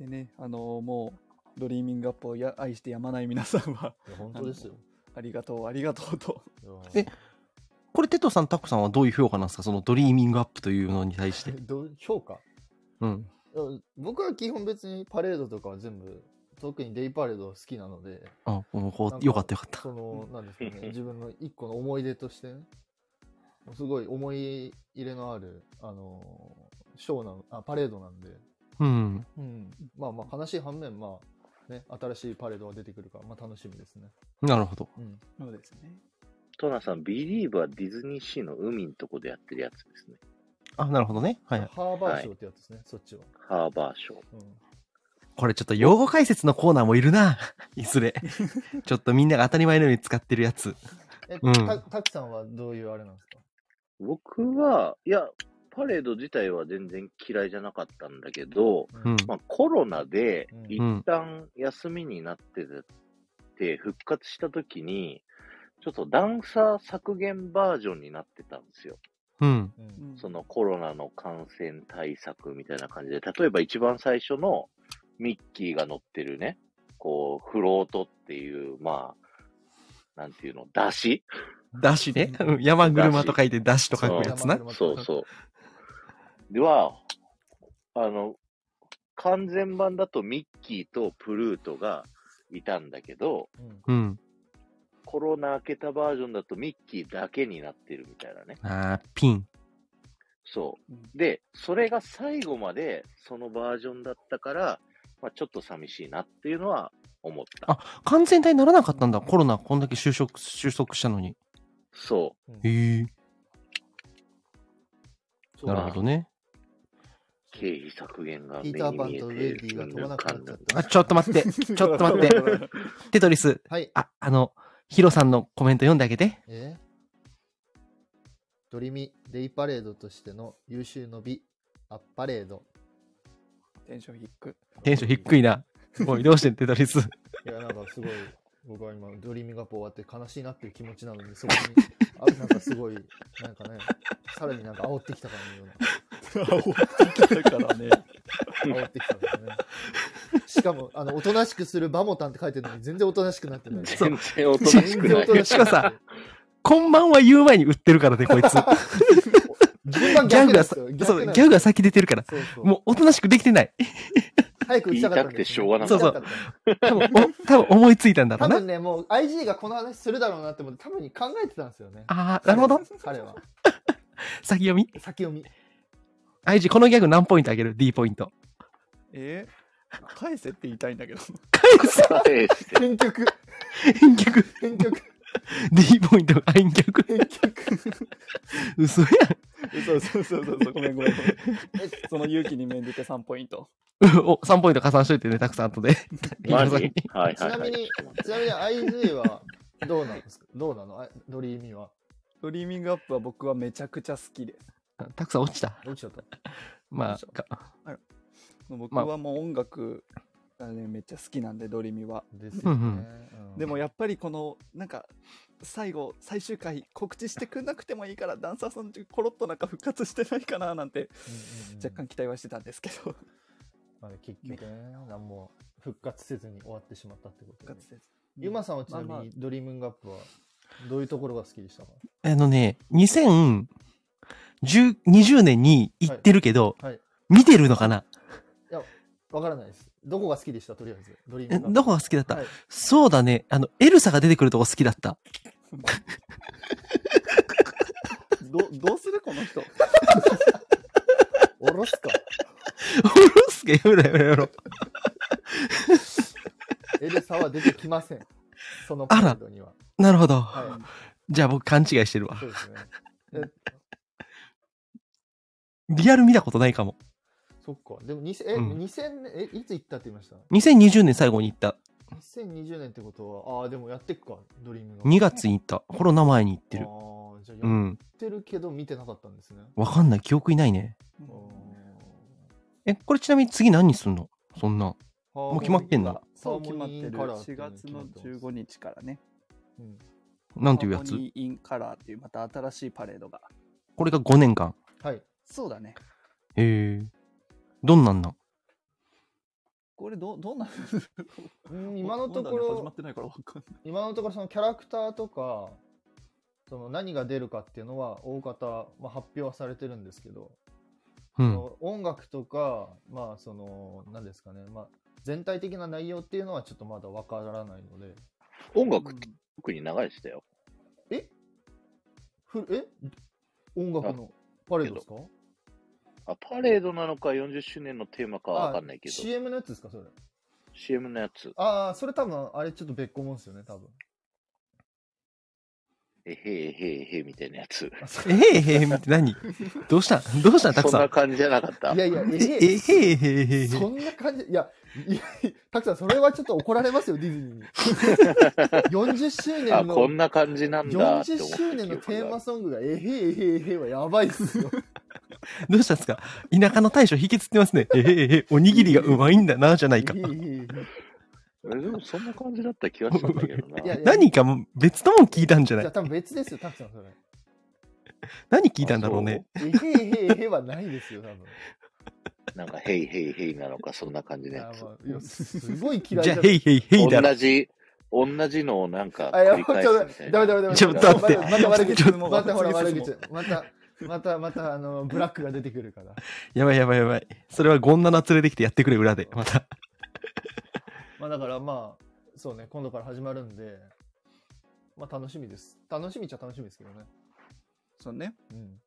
でね、あのもう、ドリーミングアップをや愛してやまない皆さんは、
いや本当ですよ。
ありがとう、ありがとうと。
いや
えこれ、テトさん、タコさんはどういう評価なんですかそのドリーミングアップというのに対して。
どう評価
うん。
いや僕は基本別にパレードとかは全部、特にデイパレード好きなので、
あ、もうこ
なん
う、よかったよかった。
その、なんですか ね、自分の一個の思い出としてね、すごい思い入れのある、あの、ショーなの、あ、パレードなんで、
うん。
うん、まあまあ悲しい反面、まあ、ね、新しいパレードが出てくるから、まあ楽しみですね。
なるほど。
うん、
そうですね。
トナさん、ビリーバーディズニーシーの海のとこでやってるやつですね。
あ、なるほどね。はい。
ハーバーショーってやつですね、そっちは。
ハーバーショー。
うん
これちょっと用語解説のコーナーもい るな。いずれ。ちょっとみんなが当たり前のように使ってるやつ。
え、
うん
たたきさんはどういうあれなんですか
僕は、いや、パレード自体は全然嫌いじゃなかったんだけど、
うん。
まあ、コロナで
うん
一旦休みになってて、復活した時に、ちょっとダンサー削減バージョンになってたんですよ。
うん。
う。
うんん
そのコロナの感染対策みたいな感じで、例えば一番最初のミッキーが乗ってるね、こう、フロートっていう、まあ、なんていうの、出汁
だしね。うん 山車と書いてだしと書くやつな。
うん
そうそう。では、あの、完全版だとミッキーとプルートがいたんだけど、
うん
うん。
コロナ明けたバージョンだとミッキーだけになってるみたいなね。
あーピン。
そうう。で、それが最後までそのバージョンだったから、まあ、ちょっと寂しいなっていうのは思った。
あ完全体にならなかったんだ。コロナ、こんだけ収束、収束したのに。
そ
へえ。
そう
なるほどね。
う。経費削減が
ピ
目
ータ
に
ーパン
見え
とウ
て
ェディが飛ばなくなっちゃっ
あ、
た。
ちょっと 待って。ちょっと待って。テトリス、
はい。
あ、あの、ヒロさんのコメント読んであげて。
えードリミデイパレードとしての優秀の美アッパレード
テンション低く。
テンション低いな。おい、どうしてんテトリス。
いやなんかすごい 僕は今、ドリーミングアップ終わって悲しいなっていう気持ちなのに、そこに、あなんかすごい、なんかね、さらになんか煽ってきたかのよ
だからね。
うな、煽ってきたんだよね。しかも、あの、おとなしくするバモタンって書いてるのに、全然おとなしくなってない。
そう
全然おとなし
全
く
然
な
お
い
と。なしくな
しかもさこんばんは言う前に売ってるからね、こいつ。
順番
ギャ
逆なん
グが
で
さ、
す
そ
よ逆
う、
な
ギ
んです
ャグが先出てるから。
そうそう
もうおとなしくできてない。
早く打ちたかったんですよ
言いたくてしょうがな
かった
言いたかった
多分、お多分思いついたんだろ
多
うな。
分ね、もう IG がこの話するだろうなって思って、多分に考えてたんですよね。
ああ、なるほど。
彼 は。
先読み。
先読み。
あいじ、このギャグ何ポイントあげる ?D ポイント。
えー返せって言いたいんだけど。
返して
編曲、
返却。
編曲、
D ポイント返却。
編曲。
嘘や
そうそうそうそうそう、ごめんごめんごめん。その勇気に免じて3ポイント。
ん。お、3ポイント加算しといてね、たくさん後で。
マジ
飯尾さんに
はい
ち
は
な
いは
み
い。
に、ちなみに IG はどうなんですかどうなのあドリーミーは。
ドリーミングアップは僕はめちゃくちゃ好きです。
たくさん落ちた。
落ちちゃった。
ま
落ち
あ、か
僕
まあ
はもう音楽がね、めっちゃ好きなんで、ドリミは。
ですよ
うん
ね。うん
でもやっぱりこの、なんか、最後、最終回、告知してくんなくてもいいから、ダンサーさんちコロッとなんか復活してないかななんて、
うんうんうん
若干期待はしてたんですけど、
まあね結局ね、何も復活せずに終わってしまったってこと
復
で
活。せず。
ゆまさんはちなみ
まあまあ
にドリーミングアップはどういうところが好きでしたか
あのね、2020年に行ってるけど、
はいはい
見てるのかな
わからないです。どこが好きでしたとりあえず。ドリーミ
え
ングアップ。
どこが好きだった、
はい
そうだね。あの、エルサが出てくるとこ好きだった。
どどうするこの人。
おろすか。
おろすけ、やめろやめろやめろ。
エルサは出てきませ ん。そのパレードには。
なるほど。
は
じゃあ僕勘違いしてる
い。
わ
そ。うですね。
リアル見たことないかも。
そっか。でも、にせえ、
うん
2000年、え、いつ行ったって言いました
2020年最後に行った。
?2020 年ってことは、ああー、でもやってっか、ドリームが。
2月に行った。コロナ前に行ってる
あ。あ、じゃあ
う
やっ
ん。
てるけど見てなかったんですね。
わかんない。記憶いないね。
あ
え、これちなみに次何すんのそんな。
ー
もう決まってんだ。
そう決まってる。
ハーモニーイン
4
カラーって
月
いうの
の
が決まってま
15日からね。
すうん
なんていうやつ
ハーモニーインカラーっていうまた新しいパレードが。
これが5年間。
はい。
そうだね。
へえ。どんなんなん
これど、どんな
うん 今のとこ
始ま
ろ
っ、てないからわかんない。
今のところそのキャラクターとか、その何が出るかっていうのは大方、まあ、発表はされてるんですけど、
う
そ
ん。
の音楽とか、まあその、何ですかね、まあ全体的な内容っていうのはちょっとまだわからないので、
音楽って特に長いしたよ。
えふえ音楽のパレードですか
あ、パレードなのか40周年のテーマかわかんないけ
あ
ど、
CM のやつですかそれ。
CM のやつ。
ああ、それ多分、あれちょっと別個もんですよね、多分。
えへえへえへえみたいなやつ。
えへえへえへえって何どうしたどうしたた
そ
く
ん
さん
な。感じじゃなかった
い。やいや、え
ええへえへえへえへえ。
そんな感じ、いや、いや、たくさん、それはちょっと怒られますよ、ディズニーに。40周
あ、
年
こ
の
ん、な感じなんだって
40
思った
周
記憶が
年のテーマソングが、えへえへえへえはやばいっすよ。
どうしたんですか田舎の大将引きつってますね。えへえへえ、おにぎりがうまいんだな、じゃないか
え。へえへえ
えでもそんな感じだった気がしたんだけど な。
いやいや
何かも別のもん聞いたんじゃ
じ
な
ゃあ
い
多分別ですよ、たくさん、それ。
何聞いたんだろうね。
えへえへえへえはないですよ、多分。
なんか、ヘイヘイヘイなのか、そんな感じ
い
のや
や
つ。
まあいやすごい嫌い
じ
だ
ゃあ、へいへいへいだろ。
同じ、同じのをなんか
あ、や
繰
ば
り
い、ちょ
返
っと
す
ダ
み
メダメダ
たいな。。
メダメ。
ちょっと待って
またまた悪口
ちょっ
と
またほら悪
次進
口
もう。
また、また、また、あの、ブラックが出てくるから。
やばいやばいやばい。それはゴンナナ連れてきてやってくれ、裏 で。また。
まあだからまあ、そうね、今度から始まるんで、まあ楽しみです。楽しみっちゃ楽しみですけどね。
そうね。
うん。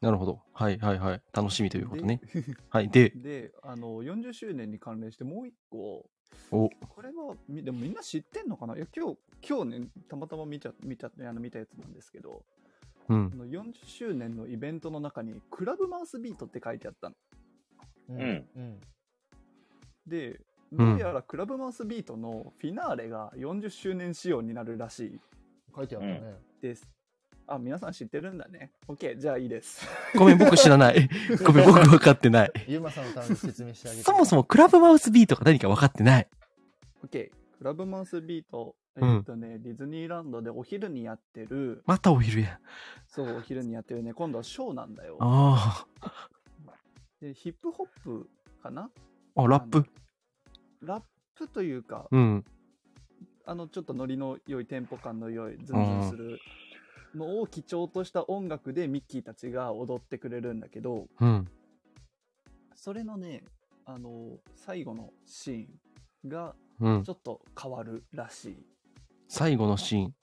なるほど。はいはいはい。楽しみということね。
で。
はい。で、
で、あの、40周年に関連してもう一個、
お、
これは、みでもみんな知ってんのかないや、今日、今日ね、たまたま見ちゃ、見た、あの、見たやつなんですけど、
う
あ
ん。
の40周年のイベントの中に、クラブマウスビートって書いてあったの。
うんうん。
で、
ん
どうやらクラブマウスビートのフィナーレが40周年仕様になるらしい
書いてあったね。
です。あ、皆さん知ってるんだね。OK、じゃあいいです。
ごめん、僕知ら ない。ごめん、僕分かって ない。
ゆうまさんのために説明してあげて。
そもそもクラブマウスビートが何か分かってない。
OK、クラブマウスビート、え
うん
っとね、ディズニーランドでお昼にやってる、
またお昼やん。
そう、お昼にやってるね、今度はショーなんだよ。
あ
でヒップホップかな
あ。あ、ラップ。
あのラップというか、
うん。
あの、ちょっとノリの良い、テンポ感の良い、ズンズンするのを基調とした音楽でミッキーたちが踊ってくれるんだけど、
うん。
それのね、あの、最後のシーンが
うん
ち。ょっと変わるらしい。
最後のシ ーン。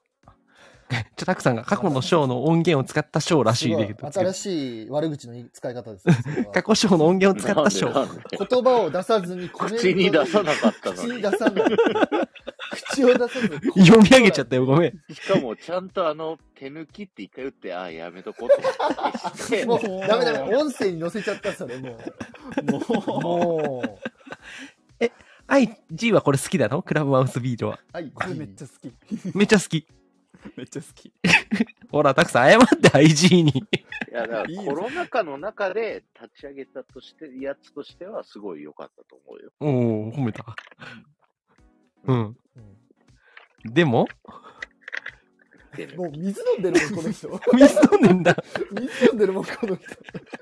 チャタクさんが過去のショーの音源を使ったショーらしいで
ご い新しい悪口の使い方ですね。それは
過去ショーの音源を使
な
っ
ん
た
で
ショー。
なんで
言葉を出さずにコメント
口に出さなかった
口
の
に
に。
出さない。口を出さずに
読み上げちゃったよ、ごめん。
しかも、ちゃんとあの、手抜きって一回打って、ああ、やめとこうと思ってし て
もう、ダメダメ。音声に乗せちゃったそれ、もう。
も
もう。
IG はこれ好きだのクラブマウスビートは。
はい、
う、これめっちゃ好き。
めっちゃ好き。
めっちゃ好き。
ほら、たくさん謝って IG に。
いや、だか
いい
ら
ね
コロナ禍の中で立ち上げたとして、やつとしてはすごい良かったと思うよ。
おお褒めた。うん。
うん
でも、
手抜き
もう水飲んでるもん、この人。
水飲んでんだ。
水飲んでるもん、この人。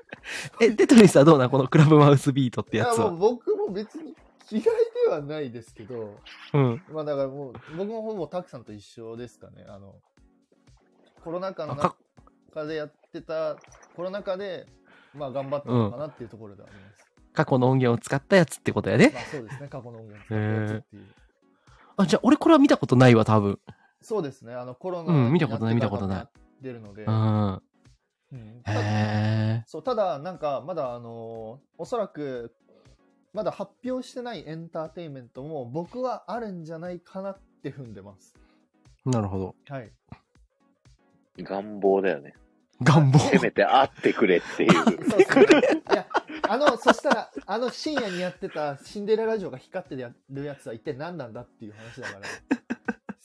え、テトリスはどうなんこのクラブマウスビートって
い
や
や、
つ
もう
は。
僕も別に嫌いではないですけど、
うん。
まあだからもう、僕もほぼたくさんと一緒ですかね。あの、コロナ禍の
あか
中でやってた、コロナ禍で、まあ頑張ったのかなっていうところではあります。
過去の音源を使ったやつってことやで
ま。あそうですね、過去の音源使ったやつっていう。
あ、じゃあ俺これは見たことないわ、多分。
そうですね、あのコロナ
うん見たことない見たことない
出るので
う、ん。
うん
へ
た
え。
そうただ、なんかまだ、あのーおそらくまだ発表してないエンターテインメントも僕はあるんじゃないかなって踏んでます。
なるほど。
はい、
願望だよね。
願望。
せめて会ってくれっていう。
そうそういやあのそしたらあの深夜にやってたシンデレラ城が光ってるやつは一体何なんだっていう話だ から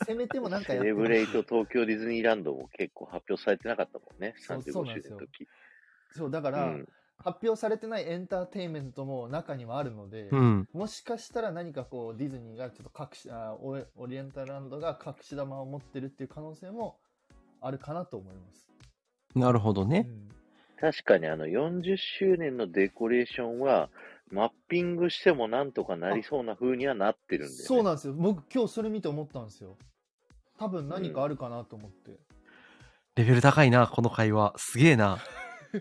せめてもなんか
セ
やって
レ
ほ
ブ
しい
レイト東京ディズニーランドも結構発表されてなかったもんね、
そうそう
35
なん
周
です
年
よ
の時。
そうだか
う
ら、
ん
発表されてないエンターテインメントも中にはあるので、
うん。
もしかしたら何かこうディズニーがちょっと隠しあオレオリエンタルランドが隠し玉を持ってるっていう可能性もあるかなと思います。
なるほど
う
ね。
ん
確かにあの40周年のデコレーションは、マッピングしてもなんとかなりそうな風にはなってるんで、ね。
そうなんですよ。僕今日それ見て思ったんですよ。多分何かあるかなと思って。
レベル高いな、この会話。すげえな。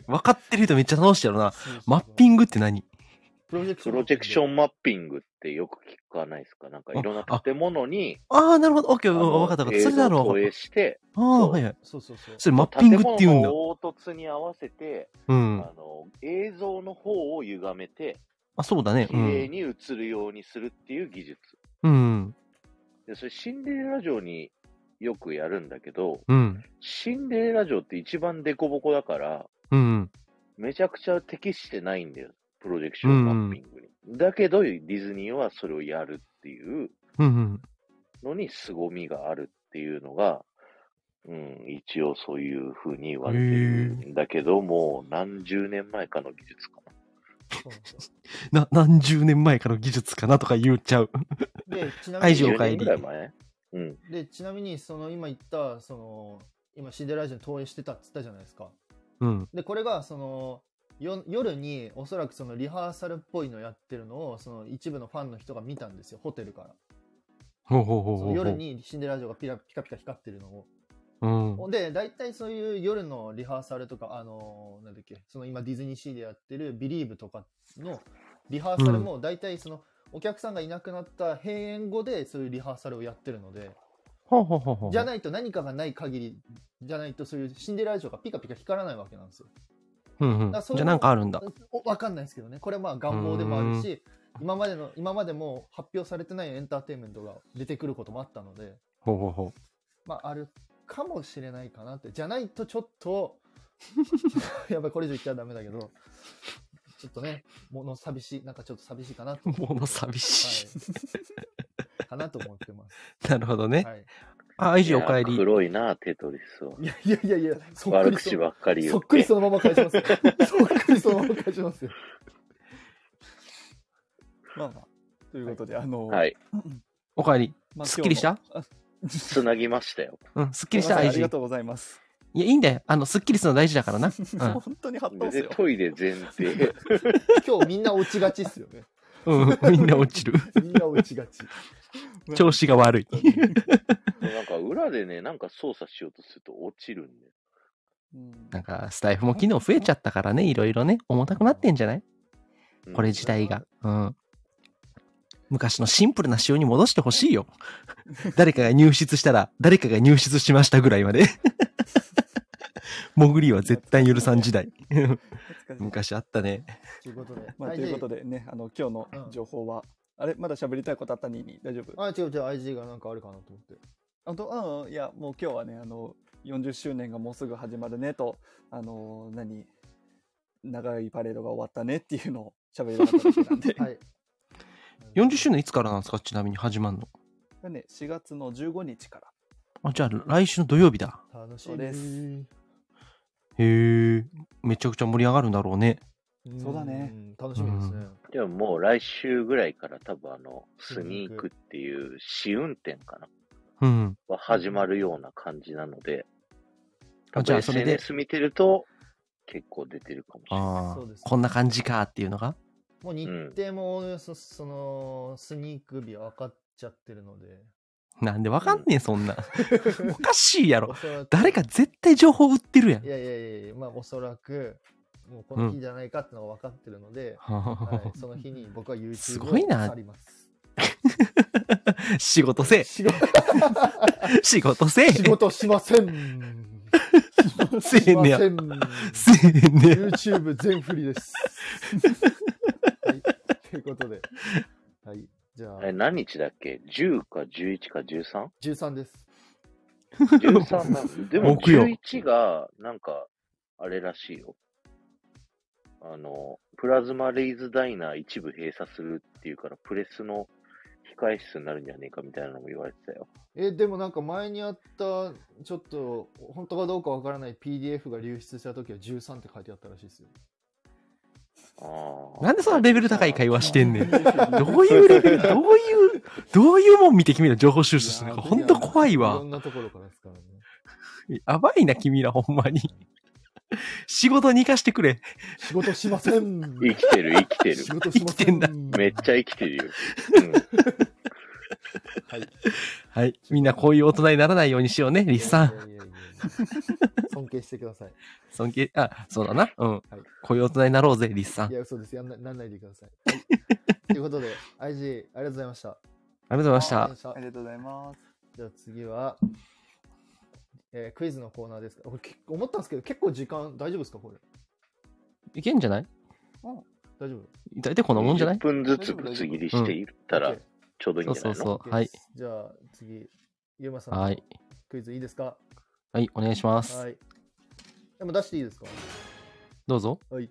分かってる人めっちゃ楽しいやろな。
そうそう
マッピングって何
プロジェクショ
プ
ン
ロジェクショ
ン。
ンマッピングってよく聞かないですかなんかいろんな建物に、
ああ、なるほど。オッケー、
あの
分かった分かっ
映
た。それだ
像
ろ
を投
う。
影して、
ああ、はいはい。
そうそう そう。
それマッピングって言うん
建
だ
物。の凹凸に合わせて、
うん
あ。の映像の方を歪めて、
あ、そうだね。
綺
う
麗
ん。
に映るようにするっていう技術。
うん。
でそれシンデレラ城によくやるんだけど、
うん。
シンデレラ城って一番デコボコだから、
うん。
めちゃくちゃ適してないんだよ。プロジェクションマッピングに。だけど、ディズニーはそれをやるっていう
うんうん。
のに凄みがあるっていうのが、うん、一応そういうふうに言われてるんだけど、もう何十年前かの技術かな。
そうなんですよ
な、何十年前かの技術かなとか言っちゃう。
で、ちなみ
はい
に
以上
10
お帰
年
り
ぐらい前うん。
でちなみにその今言った、その、今シンデレラ城に投影してたっつったじゃないですか。
うん。
で、これが、その、よ夜におそらくそのリハーサルっぽいのやってるのをその一部のファンの人が見たんですよホテルから
ほうほうほう
その
ほうほ
夜
う。
にシンデレラ城がピラピカピカ光ってるのを。
うん。
で、大体そういう夜のリハーサルとか、あのーなんだっけ、その今ディズニーシーでやってるビリーブとかのリハーサルも大体そのお客さんがいなくなった閉園後でそういうリハーサルをやってるので、
ほうほうほうほう。
じゃないと何かがない限りじゃないとそういうシンデレラ城がピカピカ光らないわけなんですよ。
うんうん。
だからそれ
じゃあなんかあるんだ。
おわかんないですけどね。これはまあ願望でもあるし、今までの、今までも発表されてないエンターテインメントが出てくることもあったので、
ほうほうほ
まあ、あるかもしれないかなって。じゃないとちょっと、 やっぱりこれ以上言っちゃダメだけど、ちょっとね、もの寂しい、なんかちょっと寂しいかなと。
う。もの寂し
はい。かなと思ってます。
い。なるほどね。
はい。
あ、以上お
いや
帰り。
黒いな、テトリスを
い。やいやいやいや、そっく
悪
り
口
そ
ばっかり言って。
そっくりそのまま返しますよ。そっくりそのまま返しますよ。
まあまあ。ということで、あの、
はい。
おかえり。
まあ
すっきりした
今日も
つなぎましたよ。
うん、すっ
あ
きりした
あ
愛
り
人。い
がとうございます。
や、いいんだよ。あの、すっきりするの大事 だからな。うん
本当にハッと
で
ですよ。
トイレ前提。
今日みんな落ちがちっすよね。
うん、 みんな 落ちる。
みんな落ちがち。
調子が悪い。
なんか裏でね、なんか操作しようとすると落ちるんで。
うん
なんか、スタイフも機能増えちゃったからね、いろいろね、重たくなってんじゃない
うん
これ自体が。うん。昔のシンプルな仕様に戻してほしい よ。誰かが入室したら、誰かが入室しましたぐらいまで。 潜りは絶対許さん時代。
懐かしい
昔あったね。
ということで。
まあ、
はい
ということ
で。
でね、あの今日
う
の
ん
情報は、あれまだ喋りたいことあったにに大丈夫
あ、違う違う、IG がなんかあるかなと思って。、
あと、うん、いや、もう今日はね、あの、40周年がもうすぐ始まるねと、あの、何、長いパレードが終わったねっていうのを喋りたかっただけなん で
はい。
40周年いつからなんですかちなみに始まるの。
がね、4月の15日から、
あ、じゃあ来週の土曜日だ。
楽し
そ
み
うです
へえ、めちゃくちゃ盛り上がるんだろうね。
ん
そうだね。
楽しみですね。
でももう来週ぐらいから多分あの、スニークっていう試運転かな
うん。
は始まるような感じなので、
あじ
じゃ
ゃあ
あ
それで
SNS 見てると結構出てるかもしれない。
ああ
そうです、
こんな感じかっていうのが。
もう日程もおおよそそのスニーク日は分かっちゃってるので。
なんでわかんねえ、そ んな。おかしいやろ
お。そらく
誰か絶対情報売ってるやん
い。やいやいやいや、まあおそらく、もうこの日じゃないかってのが分かってるので、 はい、その日に僕は YouTube を
すごいな
去ります。
仕事せえ。
仕事
仕事せえ。
仕事しません。
せえ
しま
ねや。
せん。
せえね
YouTube 全振り です。はい。ということで。はい。じゃあ
あ、れ何日だっけ ?10 か11か 13?13
13です。
13な の。でも
木曜
11が、なんか、あれらしいよ。あの、プラズマレイズダイナー一部閉鎖するっていうから、プレスの控え室になるんじゃねえかみたいなのも言われてたよ。
え、でもなんか前にあった、ちょっと、本当かどうかわからない PDF が流出した時は13って書いてあったらしいですよ。
あ
なんでそんなレベル高い会話してん ねん。どう
いう
いうレベル、どういう、どういうもん見て君ら情報収集するのか、ほんと怖い
い
わ
ろ。んなところからですからね。
やばいな、君ら、ほんまに。仕事に生かしてくれ。
仕事しませ ん。
生きてる、生きて る
仕。事しませ
生きてん
ん。
だ
めっちゃ生きてるよ。うん
はい。
はい。みんなこういう大人にならないようにしようね、リスさん。
いやいやいやいや。尊敬してください。
尊敬、あ、そうだな。うん。こういう大人になろうぜ、リスさん。あ
い
り
や、嘘です。やんななんないでください。はい ということで、IG、ありがとうございました。
がとうございました。
ありがとうございます。
じゃあ次は、えークイズのコーナーですか。これけ思ったんですけど、結構時間大丈夫ですかこれ。
いけんじゃない
大丈夫
大体こんなもんじゃな
?10
い
分ずつぶつ切りしていったら
OK
ちょうどいいんじゃないの
そうそう
OK
はい
ですじゃあ次、ゆうまさん、
はい。
クイズいいですか
はい、お願いします。
はい。でも出していいですか
どうぞ。
はい。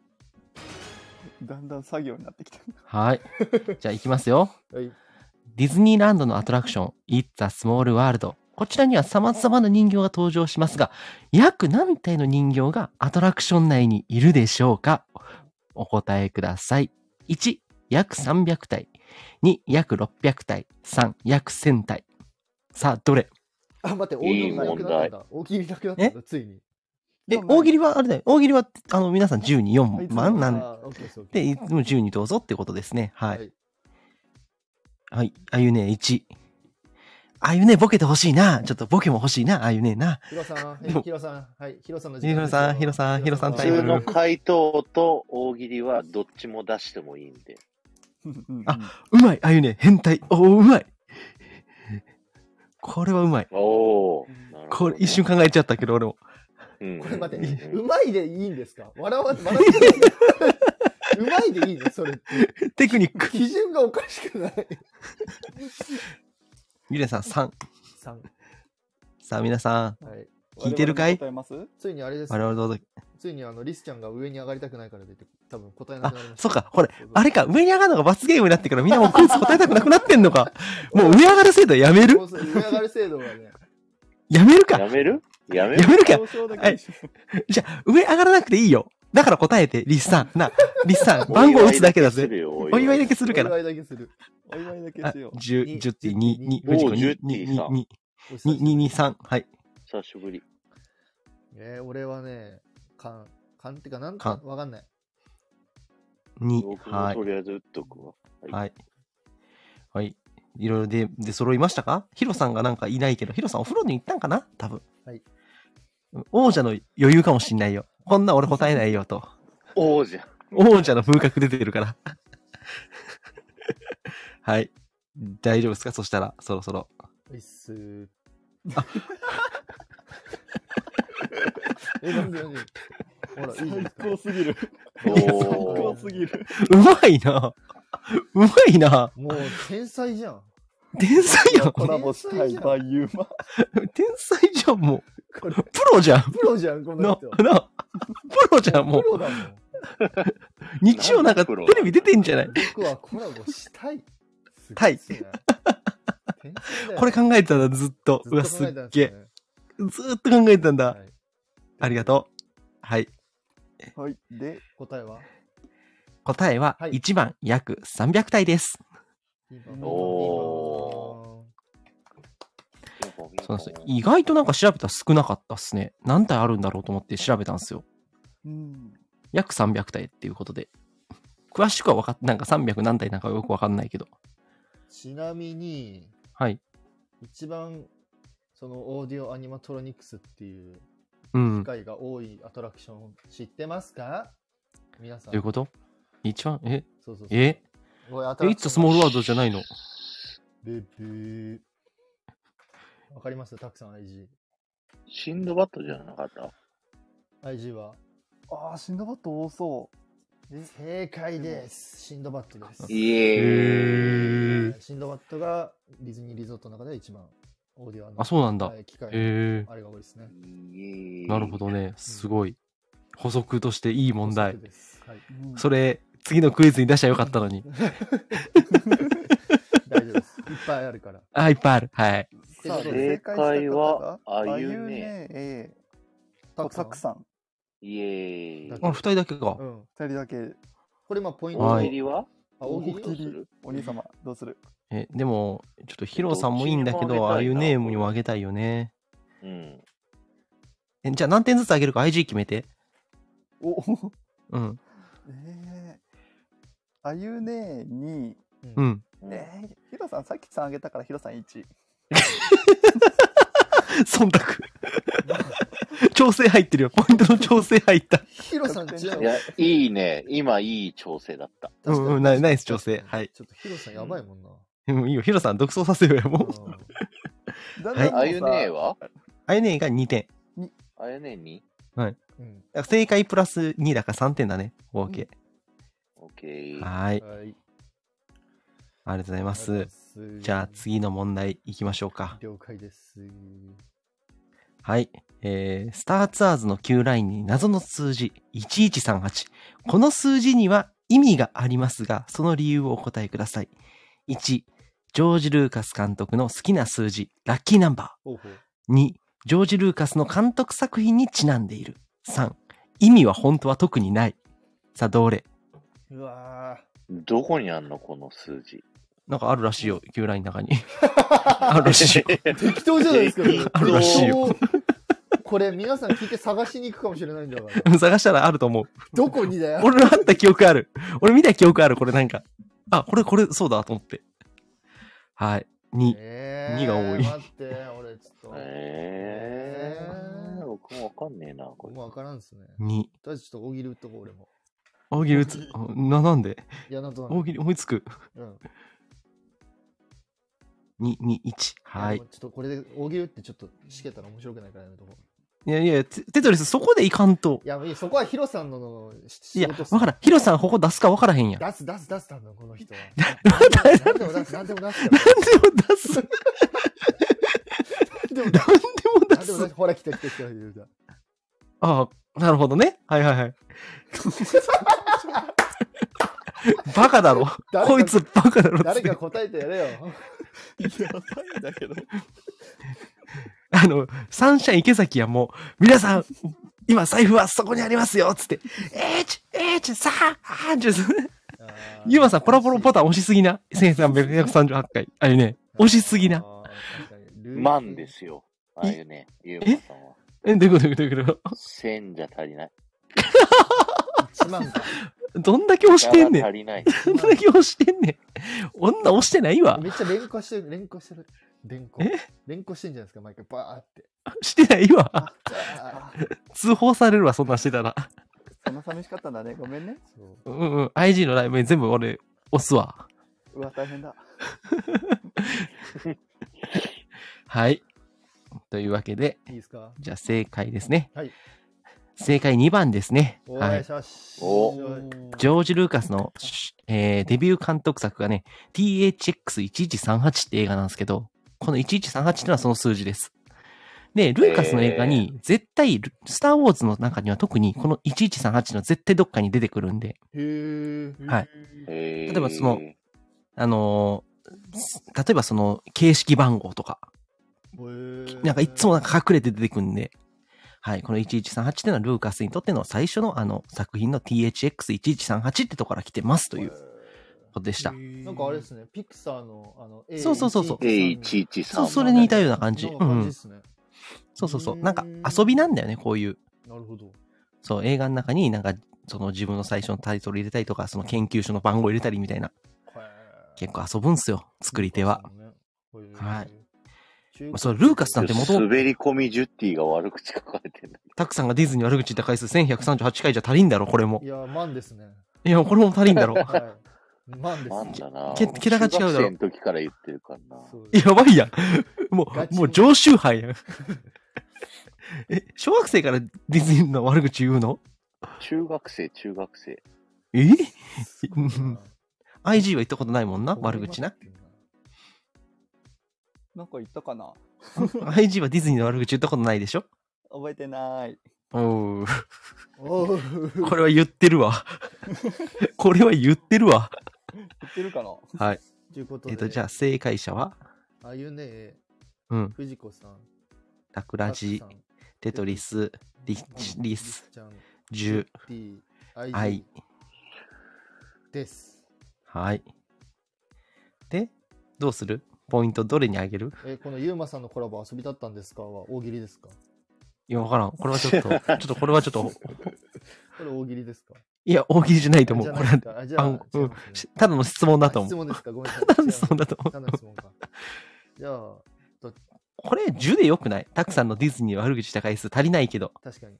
だんだん作業になってきた。
はい。じゃあ、行きますよ。
はい。
ディズニーランドのアトラクション、It's a Small World。こちらには様々な人形が登場しますが、約何体の人形がアトラクション内にいるでしょうかお答えください。1、約300体。2、約600体。3、約1000体。さあ、どれ
あ、待って、大喜
いい
利なくなったんだ。大喜利なくなったんだ、ついに。
え、
でもない
大喜利はあれだよ。大喜利は、あの、皆さん10に
いつ
4
も
万なん
あー、オッケーです、オッケ
で、
ー
いつも10にどうぞってことですね。はい。
はい
はい。あゆね1。あゆねボケてほしいな。ちょっとボケも欲しいな。あゆねな。
ヒ ロさん、は
でも
い、ヒロさん、はい、ヒロさんの
ヒロさんヒロさんヒロさん
普
タイム
通
ル
の回答と大喜利はどっちも出してもいいんで。
うんうんうん
あうまい。あゆね変態。おお、うまい。これはうまい。
おお。
これ一瞬考えちゃったけど、俺も。
うん。
これ待って、
うん
うまいでいいんですか笑わ、笑って。うまいでいいのそれって。
テクニック。
基準がおかしくない。
ゆねさん3。
三
さあ、皆さん。
はい。
聞いてるかい
我々も答えます
ついにあれです
我。々どうぞ。
ついにあの、リスちゃんが上に上がりたくないから出て、多分答えな
あ
くなりま、した。
そっか。これ、あれか。上に上がるのが罰ゲームになってからみんなもうクイズ答えたくなくなってんのか。もう上上がる制度やめる
そうそう上上がる制度はね、
やめるか。
や
や
めるやめ
め
る
るか。
表彰だけでしょ
じゃあ、上上がらなくていいよ。だから答えて、リスさん。な、リスさん、番号打つだけだ
お祝いす
ぜ。
るよ
お祝いだ
け。
けするから。
お祝いだけする。
お祝いだけ
あ
しよう。
10、10って2、2、
お
藤子
10
2、2、
さ
お
2、
久し
2、
ぶり
2、3。はい。
久しぶり。
えー俺はね、かん、かんってか、なん
か
か
ん、
わかんない。
2、
僕も
は
とりあえず打っとくわ。
い。
は
はい。はい。いろいろで、で、揃いましたかヒロさんがなんかいないけど、ヒロさんお風呂に行ったんかな多分。
はい。
王者の余裕かもしんないよ。こんな俺答えないよと。
王者。
王者の風格出てるから。 はい。大丈夫ですかそしたら、そろそろ。
ういっすー。 え、なんでなんでほら、いいじゃない
最
ですか
高すぎる。
お
や
最高
ー
すぎる。
うまいな。うまいな。
もう、天才じゃん。
天才やん。
コラボしたいバイユーマ。
天才じゃん、もう。
これ、
プロじゃん。
プロじゃん、この
な、
人。
な、プロじゃん、もう
プ。ロだもん。
日曜なんかテ
プロ
レビ出てんじゃない
僕はコラボしたい。す
たい
ごな。天才 だよ
これ考えてたんだ、ずっと。
ず
う
っ
わ、
と
す
考え
った
んです
げ
よ
え。
ね
ずーっと考えてたんだ。
はい
ありがとう。はい。
はい。で、
答えは
答えは
はい
1番約300体です。
ピンポン
お
そうなんですよ意外となんか調べたら少なかったっすね。何体あるんだろうと思って調べたんですよ。
うん。
約300体っていうことで。詳しくは分かっなんか300何体なんかよく分かんないけど。
ちなみに、
はい。
一番、そのオーディオアニマトロニクスっていう
うん
機。械が多いアトラクション知ってますか皆さん。
どういうこと一番、え、
そうそうそう
え、
これアト
え、
ラ
い
クショ
つ
ン
スモールワールドじゃないの
ブーブーわかりますたくさん IG。
シンドバッドじゃなかった
IG は
ああ、シンドバッド多そう。
正解です。シンドバッドです。
イ
へ
エーイ。
ー。
シンドバッドがディズニーリゾートの中で一番オーディオアニマ
あ、そうなんだ。
はい機械の
へー。
あれが多いですね。
イエーイ
なるほ。どね。すごい。補足としていい問題
補。足です。はい。
うん
それ、次のクイズに出したらよかったのに。
大丈夫です。いっぱいあるから。
あ、いっぱいある。はい。
さあ
正解は
正解した方が
あゆね
ええ
た
とたくさん。
イエーイ。
あ、二人だけか
う。ん。
二人だけ。
これ今ポイント。
大
は
喜
い
利は
あ、大喜
大
利
喜
ど
利
うする
お兄様、どうする
え、でも、ちょっとヒロさんもいいんだ
ど
け
っちにも
ど、
あ
あ
げたい
い
うな
ネームにもあげたいよね。
うん。
え、じゃあ何点ずつあげるか IG 決めて。
お
うん。
ええあゆねに、
うん
うん。
ええヒロさん、さっきさんあげたからヒロさん1。
忖度。 調整入ってるよ。ポイントの調整入った。
ヒロさん違う
いや、いいね。今、いい調整だった。
うんうんナイナイス調整はい
ちょっとヒロさんやばいもんな。
もういいよ。ヒロさん独走させようよ、もう。
う
だ
はい
あゆねえ
は
は
あゆねが2点。
あゆねえに
ん。
だから正解プラス2だから3点だね。合計。
オッケー。
はーい。
はい。
ありがとうございます。
す
じゃあ。次の問題いきましょうか。
了解です。
はい。えー、スターツアーズの Q ラインに謎の数字1138。この数字には意味がありますが、その理由をお答えください。1、ジョージ・ルーカス監督の好きな数字、ラッキーナンバ
ほうほう。
ー。2、ジョージ・ルーカスの監督作品にちなんでいる。3、意味は本当は特にない。さあ、どれ
うわ
どこにあんのこの数字。
なんかあるらしいよ、Q ラインの中に。あるらし いよ。
ー適当じゃないですか。これ
あるらしいよ。
これ皆さん聞いて探しに行くかもしれないんだ から。
探したらあると思う。
どこにだよ。
俺のあった記憶ある。俺見た記憶ある、これなんか。あ、これ、これ、そうだと思って。はい。に、
えー
二が多い
待って、俺ち ょっと。
えー、僕もわかんねえな、こ
もうわからんですね。
に、
とりあえずちょっと大喜利打っとこう、俺も。
大喜利打つ。な、なんで
いや、なんとなく。
大喜利思いつく。
うん。
に、に、1。はい
で。もちょっとこれで大喜利打ってちょっとしけたら面白くないからやめとこう。
いやいや、テテトリス、そこでいかんと
い。や、いいそこはヒロさんののし
いや、
仕事
わ
っすね
からん。ヒロさん、ここ出すかわからへんやん。
出す、出す、出す、多分この 人は。
誰
何でも出す、何でも出すよ。
なんでも出す。な
何でも出す。何
んでも出
でも出
す
す。。ほら、来た来た来た 来た。
ああ、なるほどね。はいはい はい。バカだろ。
誰が
こいつバカだろっつ
誰
って
か。答えてやれよ。
やばいんだけど。
あの、サンシャイン池崎はもう、皆さん、今財布はそこにありますよつって、えーち、えーち、さあ、あーちゅ、ゆうまさん、ポロポロボタン押しすぎな。1338回。あれね、押しすぎな。
あー。確かにルール
万ですよ。ああいうね、ゆうまさんは。
え、どういうことどういうことどういうこ
千じゃ足りない。
1万か。
とどんだけ押してんねん。
足りない。
どんだけ押してんねん。女押してないわ。
めっちゃ連呼してる、連呼してる。連呼
え。
連呼してんじゃないですか、毎回。バーって。
してないわ。
ああー
通報されるわ、そんなんしてたら。
そんな寂しかったんだねごめんね
そう
うんうん。IG のライブに全部俺、押すわ。
うわ大変だ
はい。というわけで、
いいですか
じゃあ正解ですね。
はい。
正解2番ですね。
お願
はい
いし。ます。
お
ジョージ・ルーカスの、しえーデビュー監督作がね、THX1138 って映画なんですけど、この1138ってのはその数字です。で、ルーカスの映画に、絶対、ルスター・ウォーズの中には特にこの1138の絶対どっかに出てくるんで、
へえ。
はい。
例
例えばそのあのーす例えばその形式番号とか、なんかいつもなんか隠れて出てくるんで、はい、この1138ってのはルーカスにとっての最初のあの作品の THX1138 ってとこから来てますということでした。
なんかあれですね、ピクサーの、あの、
そうそうそうそう
A113
A113
そう、それに似たような
感
感じ。
じ
うんう
感
ん
じですね。
そうそうそう。
うーん
なんか遊びなんだよね、こういう。
なるほど。
そう、映画の中になんか、その自分の最初のタイトル入れたりとか、その研究所の番号入れたりみたいな。結構遊ぶんすよ、作り手は。はい
中
ま
華
あ
人
それ
ね。
ルーカスなんて元々
滑り込みジュッティが悪口書かれてんだ
たくさんがディズニー悪口言った回数1138回じゃ足りんだろ、これも
い。や、万ですね。
いや、これも足りんだろ。
はい。万で
なん
す。
だな。
け桁が違うだろ
中学生の時から言ってるからな。
そう
やばいやん。も
ガチ
う、もう常習犯やん。 え、小学生からディズニーの悪口言うの
中学生、中学生。
え
すごいな
うん ?IG は言ったことないもんな、悪口な。。
なんか言ったかな
IG はディズニーの悪口言ったことないでしょ
覚えてない
おう。
おう
これは言ってるわ。 これは言ってるわ。
言ってるかな
はい。
ということ
え
で、
っ、と、じゃあ正解者は、
あ、あゆね、
うん、
藤子さん、
タクラジ
タック、さ
テトリス、リ
ん
リス、、
ちゃん、
ジュ、
T、
ア
I
イ、
です。
はい。で、どうするポイントどれにあげる
えーこのゆうまさんのコラボ遊びだったんですかは大喜利ですか
いや、わからん。これはちょっと、ちょっとこれはちょっと、
これ大喜利ですか
いや、大喜利じゃないと思う。
あ
こ
じゃ
れ
ない
は
ですかあじゃあ
あん、
違
う
い
ん
ますね
しただの質問だと
質
思う。
問ですかごめんなさい。
ただの質問だと思う
ただの質問か。じゃあ、
これ、10でよくないたくさんのディズニー悪口した回数足りないけど、
確かに。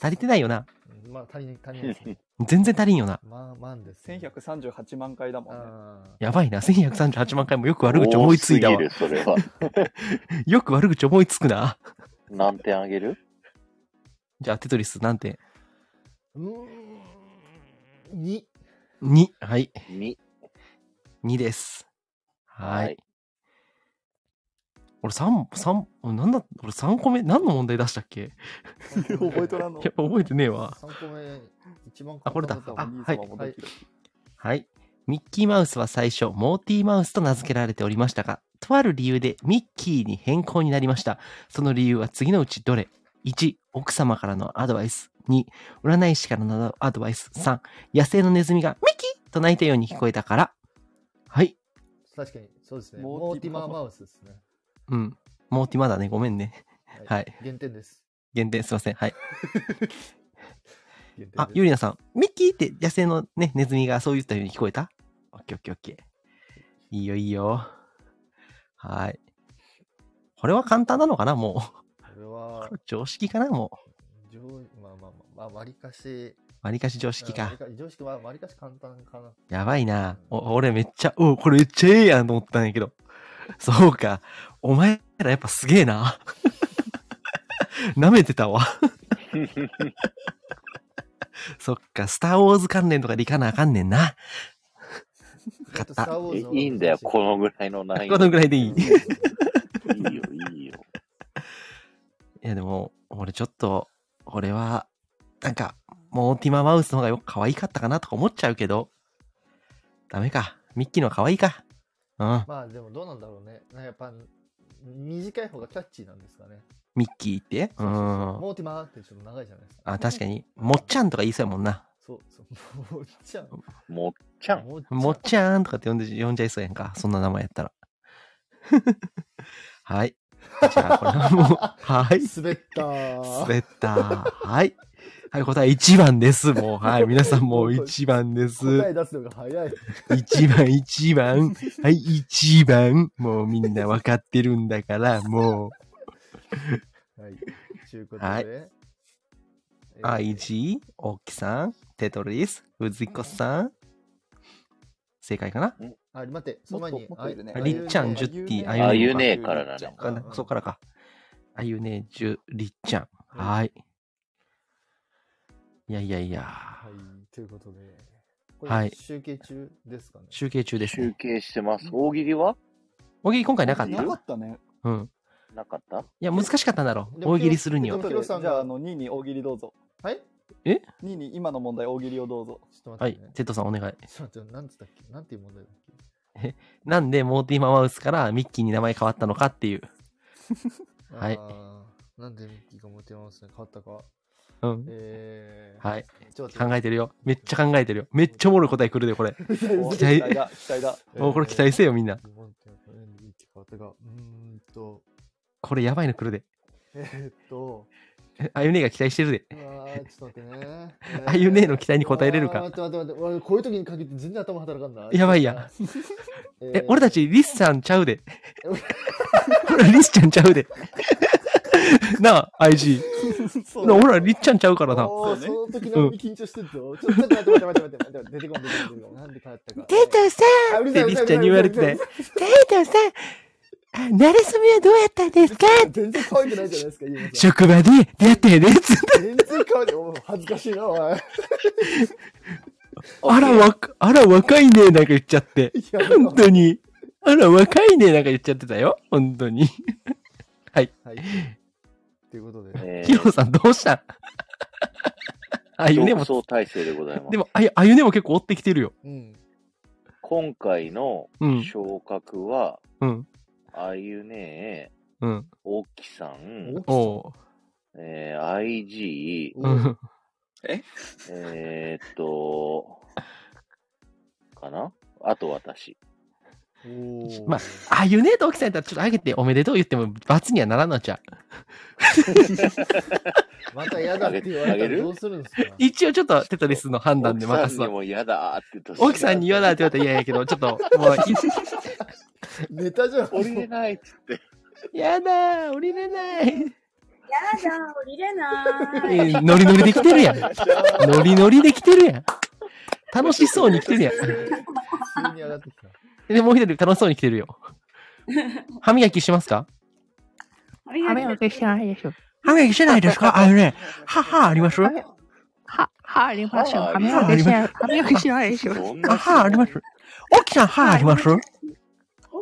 足りてないよな。
うんまあ、足りない、足りないです ね。
全然足りんよな。
まあ、まんです、ね。
1138万回だもんね
あ
やばいな。1138万回もよく悪口思いついたわ
多す。ぎるそれは。
よく悪口思いつくな。
何点あげる
じゃあ、テトリスなんて
ーうーん。に。
?2。はい。
?2。
2です。はい。
はい
俺3、三なんだ、俺3個目、何の問題出したっけ
覚えとらんの
やっぱ覚えてねえわ。
3個目、一番
あこれだ
簡
お
単
兄
っ
様
あはい
も
たわ
できる
はい。ミッキーマウスは最初、モーティーマウスと名付けられておりましたが、とある理由でミッキーに変更になりました。その理由は次のうちどれ ?1、奥様からのアドバイス。2、占い師からのアドバイス。3、野生のネズミがミッキーと鳴いたように聞こえたから。はい。
確かに、そうですね。
モ
モ
ー
ー
テ
テ
ィ
ィ
マ
マ
ー
ーマウスですね。
うん。モーティーマだね。ごめんね。はい。
減点です。
限定すいません。はい。
減点です
あ、ゆりなさん。ミッキーって野生のね、ネズミがそう言ったように聞こえたオッケーオッケーオッケー。いいよいいよ。はい。これは簡単なのかなもう。
これは、
常識かなもう。
上まあまあまあ、まあ、割りかし。
わりかし常識
うん
か
割。り常識は割りかし簡単かな。
やばいな。お俺めっちゃ、おこれめっちゃええやんと思ったんやけど。 そうか。お前らやっぱすげえな。 舐めてたわ。そっか、スター・ウォーズ関連とかでいかなあかんねんな。
ちょっとスターウォーズの
いいんだよ、このぐらいの難易
こ
度。
のぐらいでいい。い
いいよ、いいよ。
や、でも、俺ちょっと、俺は、なんか、モーティマ・マウスの方がよ可愛かったかなとか思っちゃうけど、ダメか。ミッキーの方が可愛いか。うん。
まあでもどうなんだろうね。なんかやっぱ短い方がキャッチーなんですかね。
ミッキーって。う。
そうそうそうんモーティマーってちょっと長いじゃないですか。
あ、確かに。もっちゃんとか言いそうやもんな。
そうそう。もっちゃん。
もっちゃん。
もっちゃん
もっちゃんとかって呼んで、呼んじゃいそうやんか。そんな名前やったら。 はい。じゃあ、これは もう、はい。
滑ったー。
滑った。はい。はい、答え1番です。もう、はい。皆さんもう1番です。
答え出すのが早い。
1番、1番。はい、1番。もうみんなわかってるんだから、も
はい。ちゅうことで。
はい
え
う、
ー
IG、大木さん、テトリス、藤子さん。正解かな
あ、待って、その前に、
もっともっといるね
あ
りっちゃんジュッティあ
あゆねえからだね。
あ
うんうん
そこからか。あゆね、じゅ、りっちゃん。
うん
はい。いやいやいや。
はい、ということで。こ
は
れ
い
集計中ですかね。
集計中です、
集
ね。
計してます。大喜利は
大喜利今回なかっ
い
た
な
る
かったね。
うん。
なかった
いや、難しかったんだろう。
でも
大喜利するには
で。もヒロさん
じ
が
ゃあ、あの、2位に大喜利どうぞ。
はいち
2位に今の問題大喜利をどうぞ。
ょっと
は
待っ
い
て、ね。。
テッドさんお願い。
ちょっと待って、なんつったっけなんていう問題だっけ
なんでモーティーママウスからミッキーに名前変わったのかっていう。はい
あー。なんでミッキーがモテますね。変わったか。
うん。
えー、
はい。
ちょっと
考えてるよ。めっちゃ考えてるよ。めっちゃおもろい答え来る で、これ。
えて
お期待だ、期待だ。
もうこれ期待せよみんな。
モテますねミッキー変わったか。うーんと、
これやばいの来るで。
えー、っと、
えあゆねが期待してるで。
うわーちょっと待ってね。
あゆねの期待に応えれるか
うわー待って待って待って、俺こういう時に限って全然頭働かんな。
やばいや
ちょっとな。
え、俺たちリスさんちゃうで。
え
ほら、リスちゃんちゃうで。 なあ、IG。
そう
なあ、ほら、リスちゃんちゃうからな。
おー
そうね
その時の緊張してるぞ。ちょちょっと待って待って待って待って待って、出てこん出てこん出てこん。なんで帰ったか。
さ
あうる
っ
さ
て
いうる
リ
さ
ス
い
ちゃんに言われて
う
て
るさい。
テイトさん、なれそめはどうやったんですか
うるさい全然可愛くないじゃないですか、今 さん。
職場で出会ったよね つって
全然可愛くない。お恥ずかしいな、おい。や
あら、わか、あら、若いねなんか言っちゃって。
ばい
本当に。あら、若いねなんか言っちゃってたよ。本当に。
はい。ということで、
え
ヒロ
ー、
さん、どうしたあゆね
独
も、
走体制でございます。
でも、あゆ、あゆねも結構追ってきてるよ。
うん。
今回の
うん
昇格は、
うん。
あゆねえ、
うん。
大木さん、
おう。
えー、IG、
お
う。
うん
えー、っと、かなあと私。
おー
まあゆねと奥さんやったらちょっとあげておめでとう言っても罰にはならんのちゃう。
また嫌だって言われた
あげ
ら
る
どうするんですか
一応ちょっとテトリスの判断
奥
で
さ
任
ん
す
に
わ。
も嫌だーって言った。
奥さんに言わないいって言われたら嫌やけど、ちょっともう
ネタじゃん。
降りれないっつって。
い、やだー、降りれない。
やだ、降りれない。
えーノリノリできてるやん。ノリノリできてるやん。楽しそうに来てるやん。
急に上がって きた。
で、もう一人楽しそうに来てる よ。歯磨きしますか
歯磨きしてないでしょ。
歯磨きしてないです かあのね、歯、歯あります
歯磨歯、歯ありますよ。
歯あ
歯
り
磨きしてない。歯磨きしてないでしょ。
どんな
あ、 歯あります奥さん歯あります
大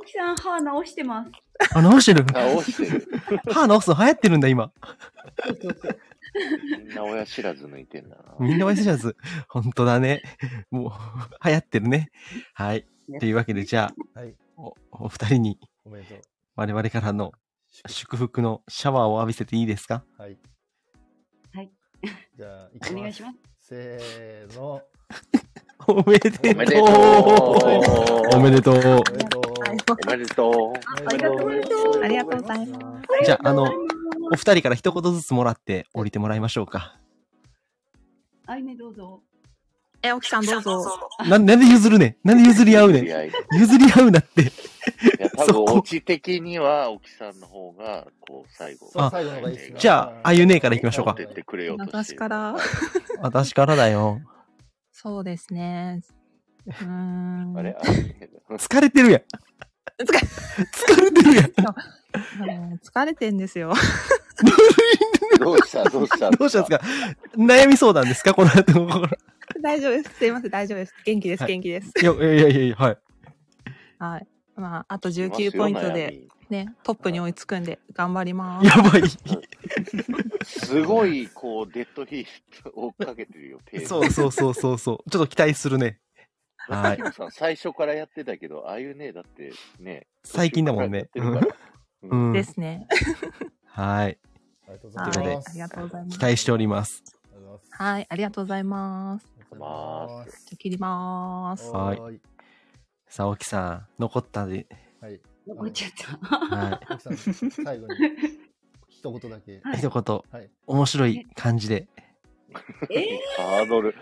木さん、歯直してます。
あ、直してる。
直してる。
歯直すの流行ってるんだ、今。
みんな親知らず抜いてんだな。
みんな忘れちゃず。ほんとだね。もう、流行ってるね。はい。というわけで、じゃあ、
はい。
お、お二人に
おめでとう。
我々からの祝福のシャワーを浴びせていいですか
はい。
はい。
じゃあ、行
お
き
願
ま
い
す
し。ます。
せーの。
おめでとう
おめでとうお
おめでとう
おめでとう。
おめでと
ありがとうございます
ありがとうございます。
じゃあ、あの、お二人から一言ずつもらって降りてもらいましょうか。
あいね、どうぞ。
え、沖さんどうぞ。
なんなんで譲るねんなんで譲り合う
う。
ねん
いやい
譲り合うなって。
や、多分、オチ的には、沖さんの方が、こう、最後。
そう最後の方がいいっすね
じゃあ、あゆねえから行きましょう
持っ
か
て。ってくれようとしてる
私から、
私からだよ。
そうですね。うーん。
あれ あれ
疲れてるやん。
疲れ
疲れてるやん。
うん疲れてんですよ。
どうしたどうした
どうしたんですか悩み相談ですかこの後の。
大丈夫です。すいません、大丈夫です。元気です、
はい
元気です。
いやいやいやいや、はい。
はい。まあ、あと19ポイントで、。ね、トップに追いつくんで、頑張ります。
やばい。
すごい、こう、デッドヒート追っかけてるよ、テーマ
そうそうそうそうそう。ちょっと期待するね。は。
はいい。最初からやってたけど、ああいうね、だってね。
最近だもんね。
途中からやってるから
うん。
ですね。
はい。
りがとうござい
は
ま
と
す。
いうことで
い。ありがとうございます。
期待しております。
ありがとうございます。
はい。ありがとうございます。
ありがとうござい
じゃあ切ります。
ま
は
す。
い
はーい。
さあ、沖さん、残ったで。
はい。
怒っちゃった。
は。
奥さん、最後に一言だけ。
はいい
一言、
はい。
面白い感じで。
え
ハードル、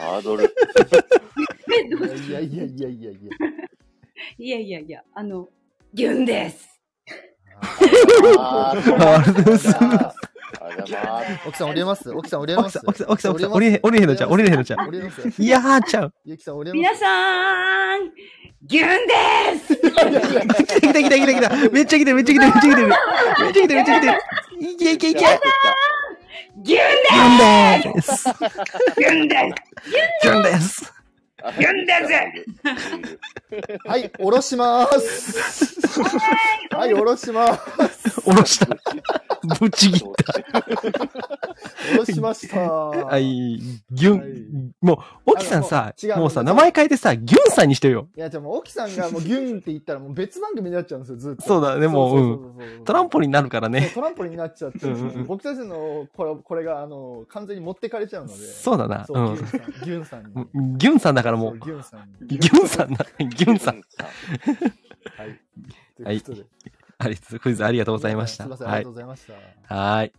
ハード ル。
ー、どう
いやいやいやいやいやいや。
いやいやいや、あの、ギュンです。
あー
あれです
ありがとうございます。
奥さん、折れます奥さん、折れま
沖
す
さん、沖さん、沖さん、沖さん、折れへん、折れへんのちゃう、折れへんのちゃう。
折れますよ
いやーちゃう。
ゆきさん、折れま
皆
す
さーん、ギュンです
来た来た来た来た来た。めっちゃ来てる、めっちゃ来てる、めっちゃ来てる。めっちゃ来てる、めっちゃ来てる。いけいけいけ。ギ
ギュン
ュンです。
ギュンです
ギュンです。
やんだぜ
はい、おろしまーす。はい、おろしまーす。
おろした。ぶち切っ
おろしました。
た。は、
はいい
ギュ
は
ン。もう、沖さんさ
あのもう違、う
もうさ、
違う
名前変えてさ、ギュンさんにしてよ。
や、でも、奥さんがもうギュンって言ったら、もう別番組になっちゃうんですよ、ずっと。
そうだねもう
うん
トランポリンになるからね。
トランポリンになっちゃって、
うんうんうん
僕たちのこれこれがあの完全に持ってかれちゃうので、
そうだな。
そうう、
ん。
ギュンさん、ギュンさんに。
ギュンさんだからも
そう
う、
ギュンさんに。
ギュンさんだ。ギュンさん。
はい。と
はいいう
ことで。
あり、クイズありがとうございました。
すいません、あり
は
が
い
とう。ございました。
はーい。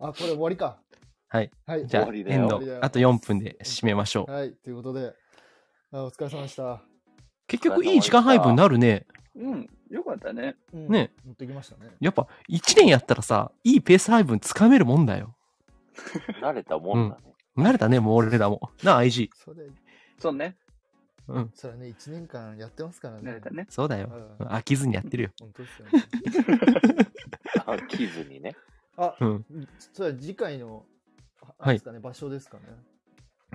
あ、これ終わりか。
はい。
はい。
じゃ
終
あ、
わりだ
エ
よ
ンド、あと4分で締めましょう。
はい、ということで、あお疲れ様でした。
結局いい時間配分になるね。
うん、よかったね。
うん
ね。
持ってきましたね。
やっぱ1年やったらさ、いいペース配分つかめるもんだよ。
慣れたもんだね。
慣れたね、もう俺らも。なあ、IG。
それ、
そうね。
うん。
それね、1年間やってますからね。
慣れたね。
そうだ
う
よ。
ん。
飽きずにやってるよ。
本当ですよね。
飽きずにね。
あ、
うん。
それは次回の、ああ
は
れ
い
ですかね、場所ですかね。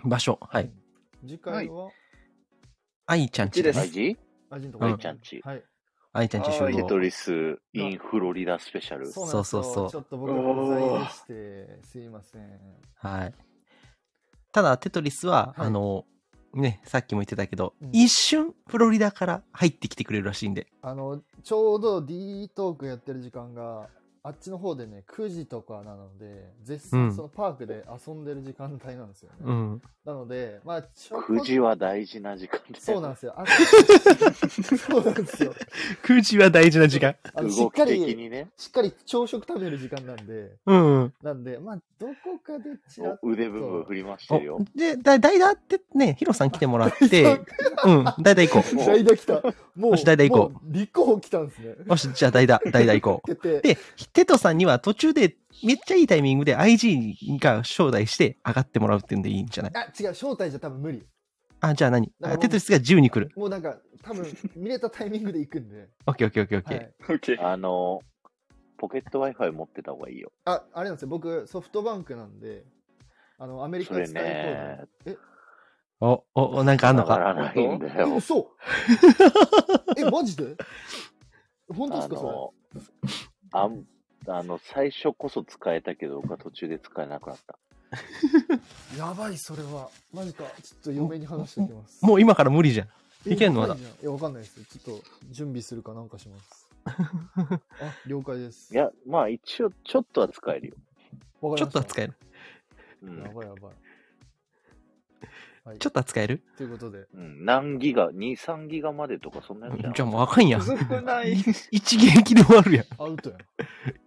場所。はい。
次回は、
愛ちゃんち
う
で
ち
す
大
で。
事
アジンと
うん
こ
愛
ちゃんち
はい。
愛ちゃんち集
は
テ
い
ト
合。
リス・イン・フロリダスペシャル。
そうなん
そ
で
う
す
そう
よ
そう
ちょっと僕が不在でして、すいません。
はい。ただ、テトリスは、
はい
あの、ね、さっきも言ってたけど、
うん
一瞬フロリダから入ってきてくれるらしいんで。
あの、ちょうど D トークやってる時間が、あっちの方でね、9時とかなので、絶
う
賛
ん
そのパークで遊んでる時間帯なんですよね。
うん。
なので、まあ、ちょっと
9時は大事な時間だよ
そうなんですよ。あそうなんですよ。
空時は大事な時間。
あのしっ
動
か
き的
り、
にね。
しっかり朝食食べる時間なんで、
うん。
なんで、まあ、どこかでちらっと。
お腕部分振りましてるよ。
で、だ、代打ってね、ヒロさん来てもらって、 うん、代打行こ
もう
代打来た。もう、
よし代打行こう
も立候補来たんですね。
う。よし、じゃあ代打、代打行こう。
決定。
で、テトさんには途中でめっちゃいいタイミングで IG が招待して上がってもらうっていうんでいいんじゃない
あ、違う、招待じゃ多分無理。
あ、じゃあ何
だから
あテトリスが自由に来る。
もうなんか、多分見れたタイミングで行くん で。
オッケーオッケーオッケーオッ
は
ケー。
い。
あの、ポケット Wi-Fi 持ってた方がいいよ。
あ、あれなんですよ。僕、ソフトバンクなんで、あの、アメリカ
それ
使え
ね
る
お、お、お、なんかあんの
わから
か
ないんだ
コード。え、
よ。
嘘え、マジで本当です
あ
か、そ
の、あんあの、最初こそ使えたけど、僕は途中で使えなくなった。
れ。やばい、それは。マジか。ちょっと嫁に話しておきます。
もう今から無理じゃん。
え
いけんのまだ
やばいじゃんいや、わかんないです。ちょっと、準備するかなんかし ます。あ、了解です。
いや、まあ一応、ちょっとは使えるよ。
わか
ち
りました、
ょっとは使える。
う
や
ん。
ばいや ばい。はい、
ちょっとは使える
ということで、
うん、何ギガ ?2、3ギガまでとかそんなやつじゃん。
じゃあもうあかんやん。
少ない。
一撃で終わるやん。
アウトや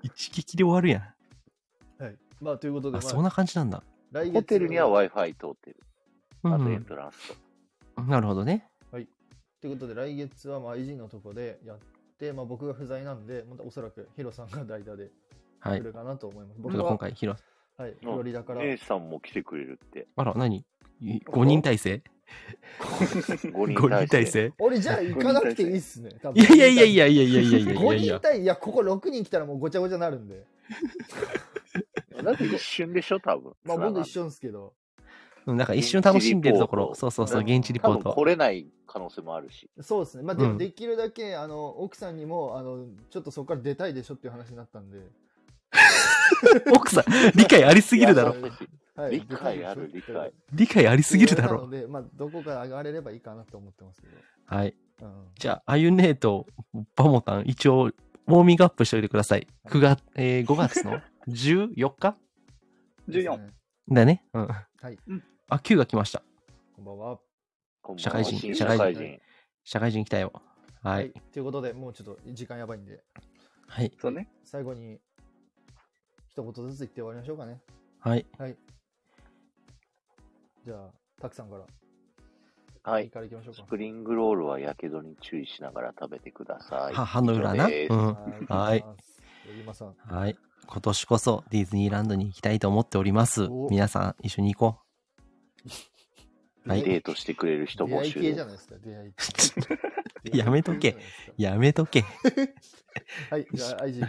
一撃で終わるや
ん。はい。まあ、ということ
ん。
で、
あ、
まあ
そんな感じなんだ。
来月
ホテルには Wi-Fi 通ってる。
う
あとエン
ん。
トランスと。
なるほどね。
ということで、来月は、まあ、維持のとこでやって、まあ、僕が不在なんで、またおそらくヒロさんが代打で
は
来
い。ち
るかなと思います。
ょっ
僕
と
は、
今
はい、
回、ヒロ。
フロリダから、
姉さんも来てくれ るって。
あら、何 ?5 人体制
5
?5 人
人体
体
制。
制
俺、じゃあ行かなくていいっすね。多分
いやいやいやいやいやいやいやいやいや
5
い
人
や。
対、いや、ここ6人来たらもうごちゃごちゃなるんで。
だって一瞬でしょ、多分。
まあ、僕一緒んすけど。
うんなんか一瞬楽しんでるところ。
現地リポート
そうそうそう、
うん
現地リポ
多
ー
分
ト。
来れない可能性もあるし。
そうですね。まあ、で
う
も、
ん
できるだけ、あの、奥さんにも、あの、ちょっとそこから出たいでしょっていう話になったんで。
奥さん、理解ありすぎるだろ。
いや。そんな
はい
理解あ
出
る
たいでしょ
理解
理解ありすぎるだ
な
ろ。
ので、まあ、どこか上がれればいいかなと思ってますけど。
はい。
うん
じゃあ、アユネーとバモタン、一応、ウォーミングアップしておいてください。9月、えー5月 の14日
14。
だね。うん。
はい。
あ、9が来ました。
こんばんは。
こんばんは
社会人
新
社
社
会人
会人。
社会人来たよ。はい。。
ということで、もうちょっと時間やばいんで、
はい。
そうね。
最後に、一言ずつ言って終わりましょうかね。
はい。
はい。じゃあ、たくさんから、
はい。
からいきましょうか
ス。プリングロールはやけどに注意しながら食べてください。
母の裏な。
以上で
う
す
ん。はい
行きます。今さん、
はい。今年こそディズニーランドに行きたいと思っております
お。
皆さん一緒に行こは
デー
出
トしてくれる人募
会
集
系
で
じゃ
す
ない。ですか、出会い系。 出
う。
会い系
やめとけ
じゃないですか
やめとけ。
はい、じゃあ、 愛人。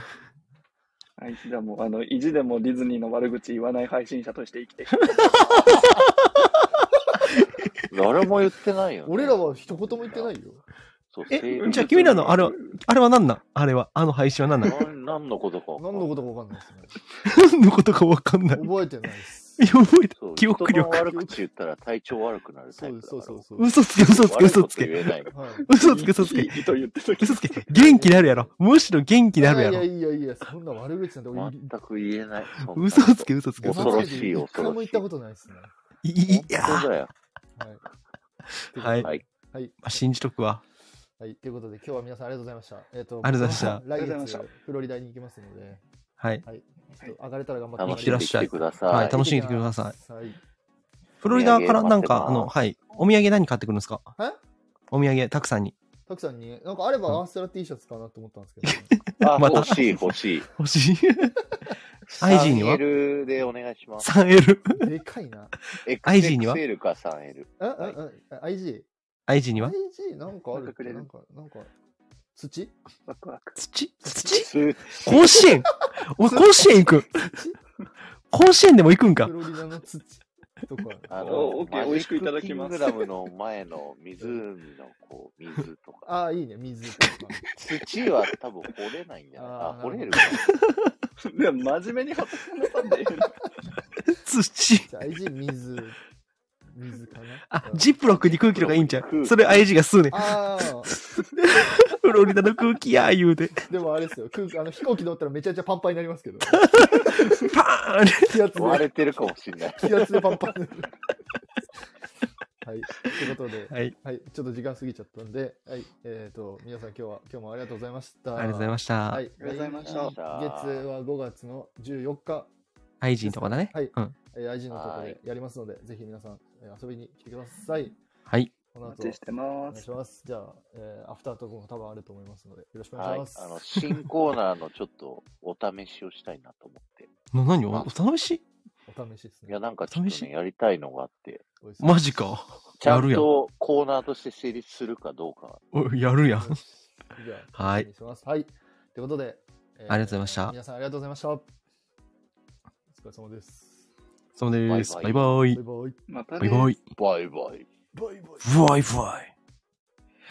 はい、じゃあもう、あの、意地でもディズニーの悪口言わない配信者として生き て。
誰も言ってないよね。
俺らは一言も言ってないよ。
そう。
え
性別
じゃあ君らのあれはあれは何なんあれは、あの配信は 何なん
な何のことかわかんない。
何のことかわかんない ですね。
何のことかわかんない。い
覚えてないです。
や、 覚えて
そう
記憶力
人の悪口言ったら体調悪くなるタ
そ
イ
う
プ
で
だ
す
か
そ
ら
うそうそう。
嘘つけ、嘘つけ、嘘つけ。
悪いこと言えない。
はい
嘘つけ、嘘つ
い
け。
いいいと言ってたけど
嘘つけ。元気なるやろ。むしろ元気なるや
いや
ろ。
いやいやいや、そんな悪口なんて俺、
全く言えない。そんな
嘘つけ、嘘つけ。
恐ろしい
一回も言ったことないですね。
いいい
本
や
当だよ。
は。
はいい。
は
はいい
はい。
信じとくわ。
はい。ということで、今日は皆さんありがとうございました。 えっと、
ありがとうございました
ま
ありがと
来
うござい
月
ま、
フロリダに行きますので、
はい。
ちょっと上がれたら頑張って
楽しんできてください。
はい楽しんできてください
はい。
フロリダからなん
お土産待ってま
か、
す
あの、はい。お土産何買ってくるんですか
え
お土産、たくさんに。
たくさんに、なんかあればアーステラ T シャツかなと思ったんですけど、
あ、
また
欲しい、欲しい。
欲 しい。IG には
3L でお願いします。
3L。
でかいな。
IG には
XXL か 3L。
えええ ?IG?
IG には
IG なんかあるっけ
なんかくれる
なんか、なんか、土
ワクワク。
土土
す
甲子園俺、甲子園行く。甲子園でも行くんか
フ。ロリダの土とか。
あ
お
の、
OK
マジ
美味し
ック
くいただきます
キングダムの前の湖のこう、水とか。
ああ、いいね、水とか。
土は多分掘れないんじゃない
あ
あ、
ー
掘れる
な
か。
でも真面目に発言さんでいいの。
土。
じゃあ IG 水。水かな。
あ、
うん
ジップロックに空気とかいいんちゃ
空
う
気
それ IG が吸うねん。
ああ、
フロリダの空気やー言うて。
でもあれですよ、空気あの飛行機乗ったらめちゃめちゃパンパンになりますけど、
パーン
気圧で
割、れてるかもしんない。
気圧でパンパンになる。はい、ということで、
はい。
はい、ちょっと時間過ぎちゃったんで、はい、えっ、ー、と、皆さん今日は、今日もありがとうございました。
ありがとうございまし
は
た。
い、
ありがとうございました
来月は5月の14日、
IG とかだね。
はい
うん。
えー、IG のところ
は
で
い
やりますので、ぜひ皆さん、えー遊びに来てください。
はい。
こ
お
の後
待ちして
お
ま
願い
す
し。ます。じゃあ、えーアフタートークも多分あると思いますので、よろしくお願し
はいい
ま。す。
あの、新コーナーのちょっとお試しをしたいなと思って。
な、何お、お試し
お試しです
い
ね
や、。なんかちょっ
試
と
し
ね、やりたいのがあって。
美味しそう
マジ。か。
ちゃ
や
ん
るやん
とコーナーとして成立するかどうか。
おやる
よ
やん。
しじゃあ、
はい
お願します。はい。ということで、えー
ありがとうございました
皆さんありがとうございました。お疲れ様です。
そうです。
バ
バ
イ
イ
バ
バイ
バイ。バイ。
また
バイ
ね。
バ
バ
イ。
イバ
バ
イ。
イバイ。
バイバイ。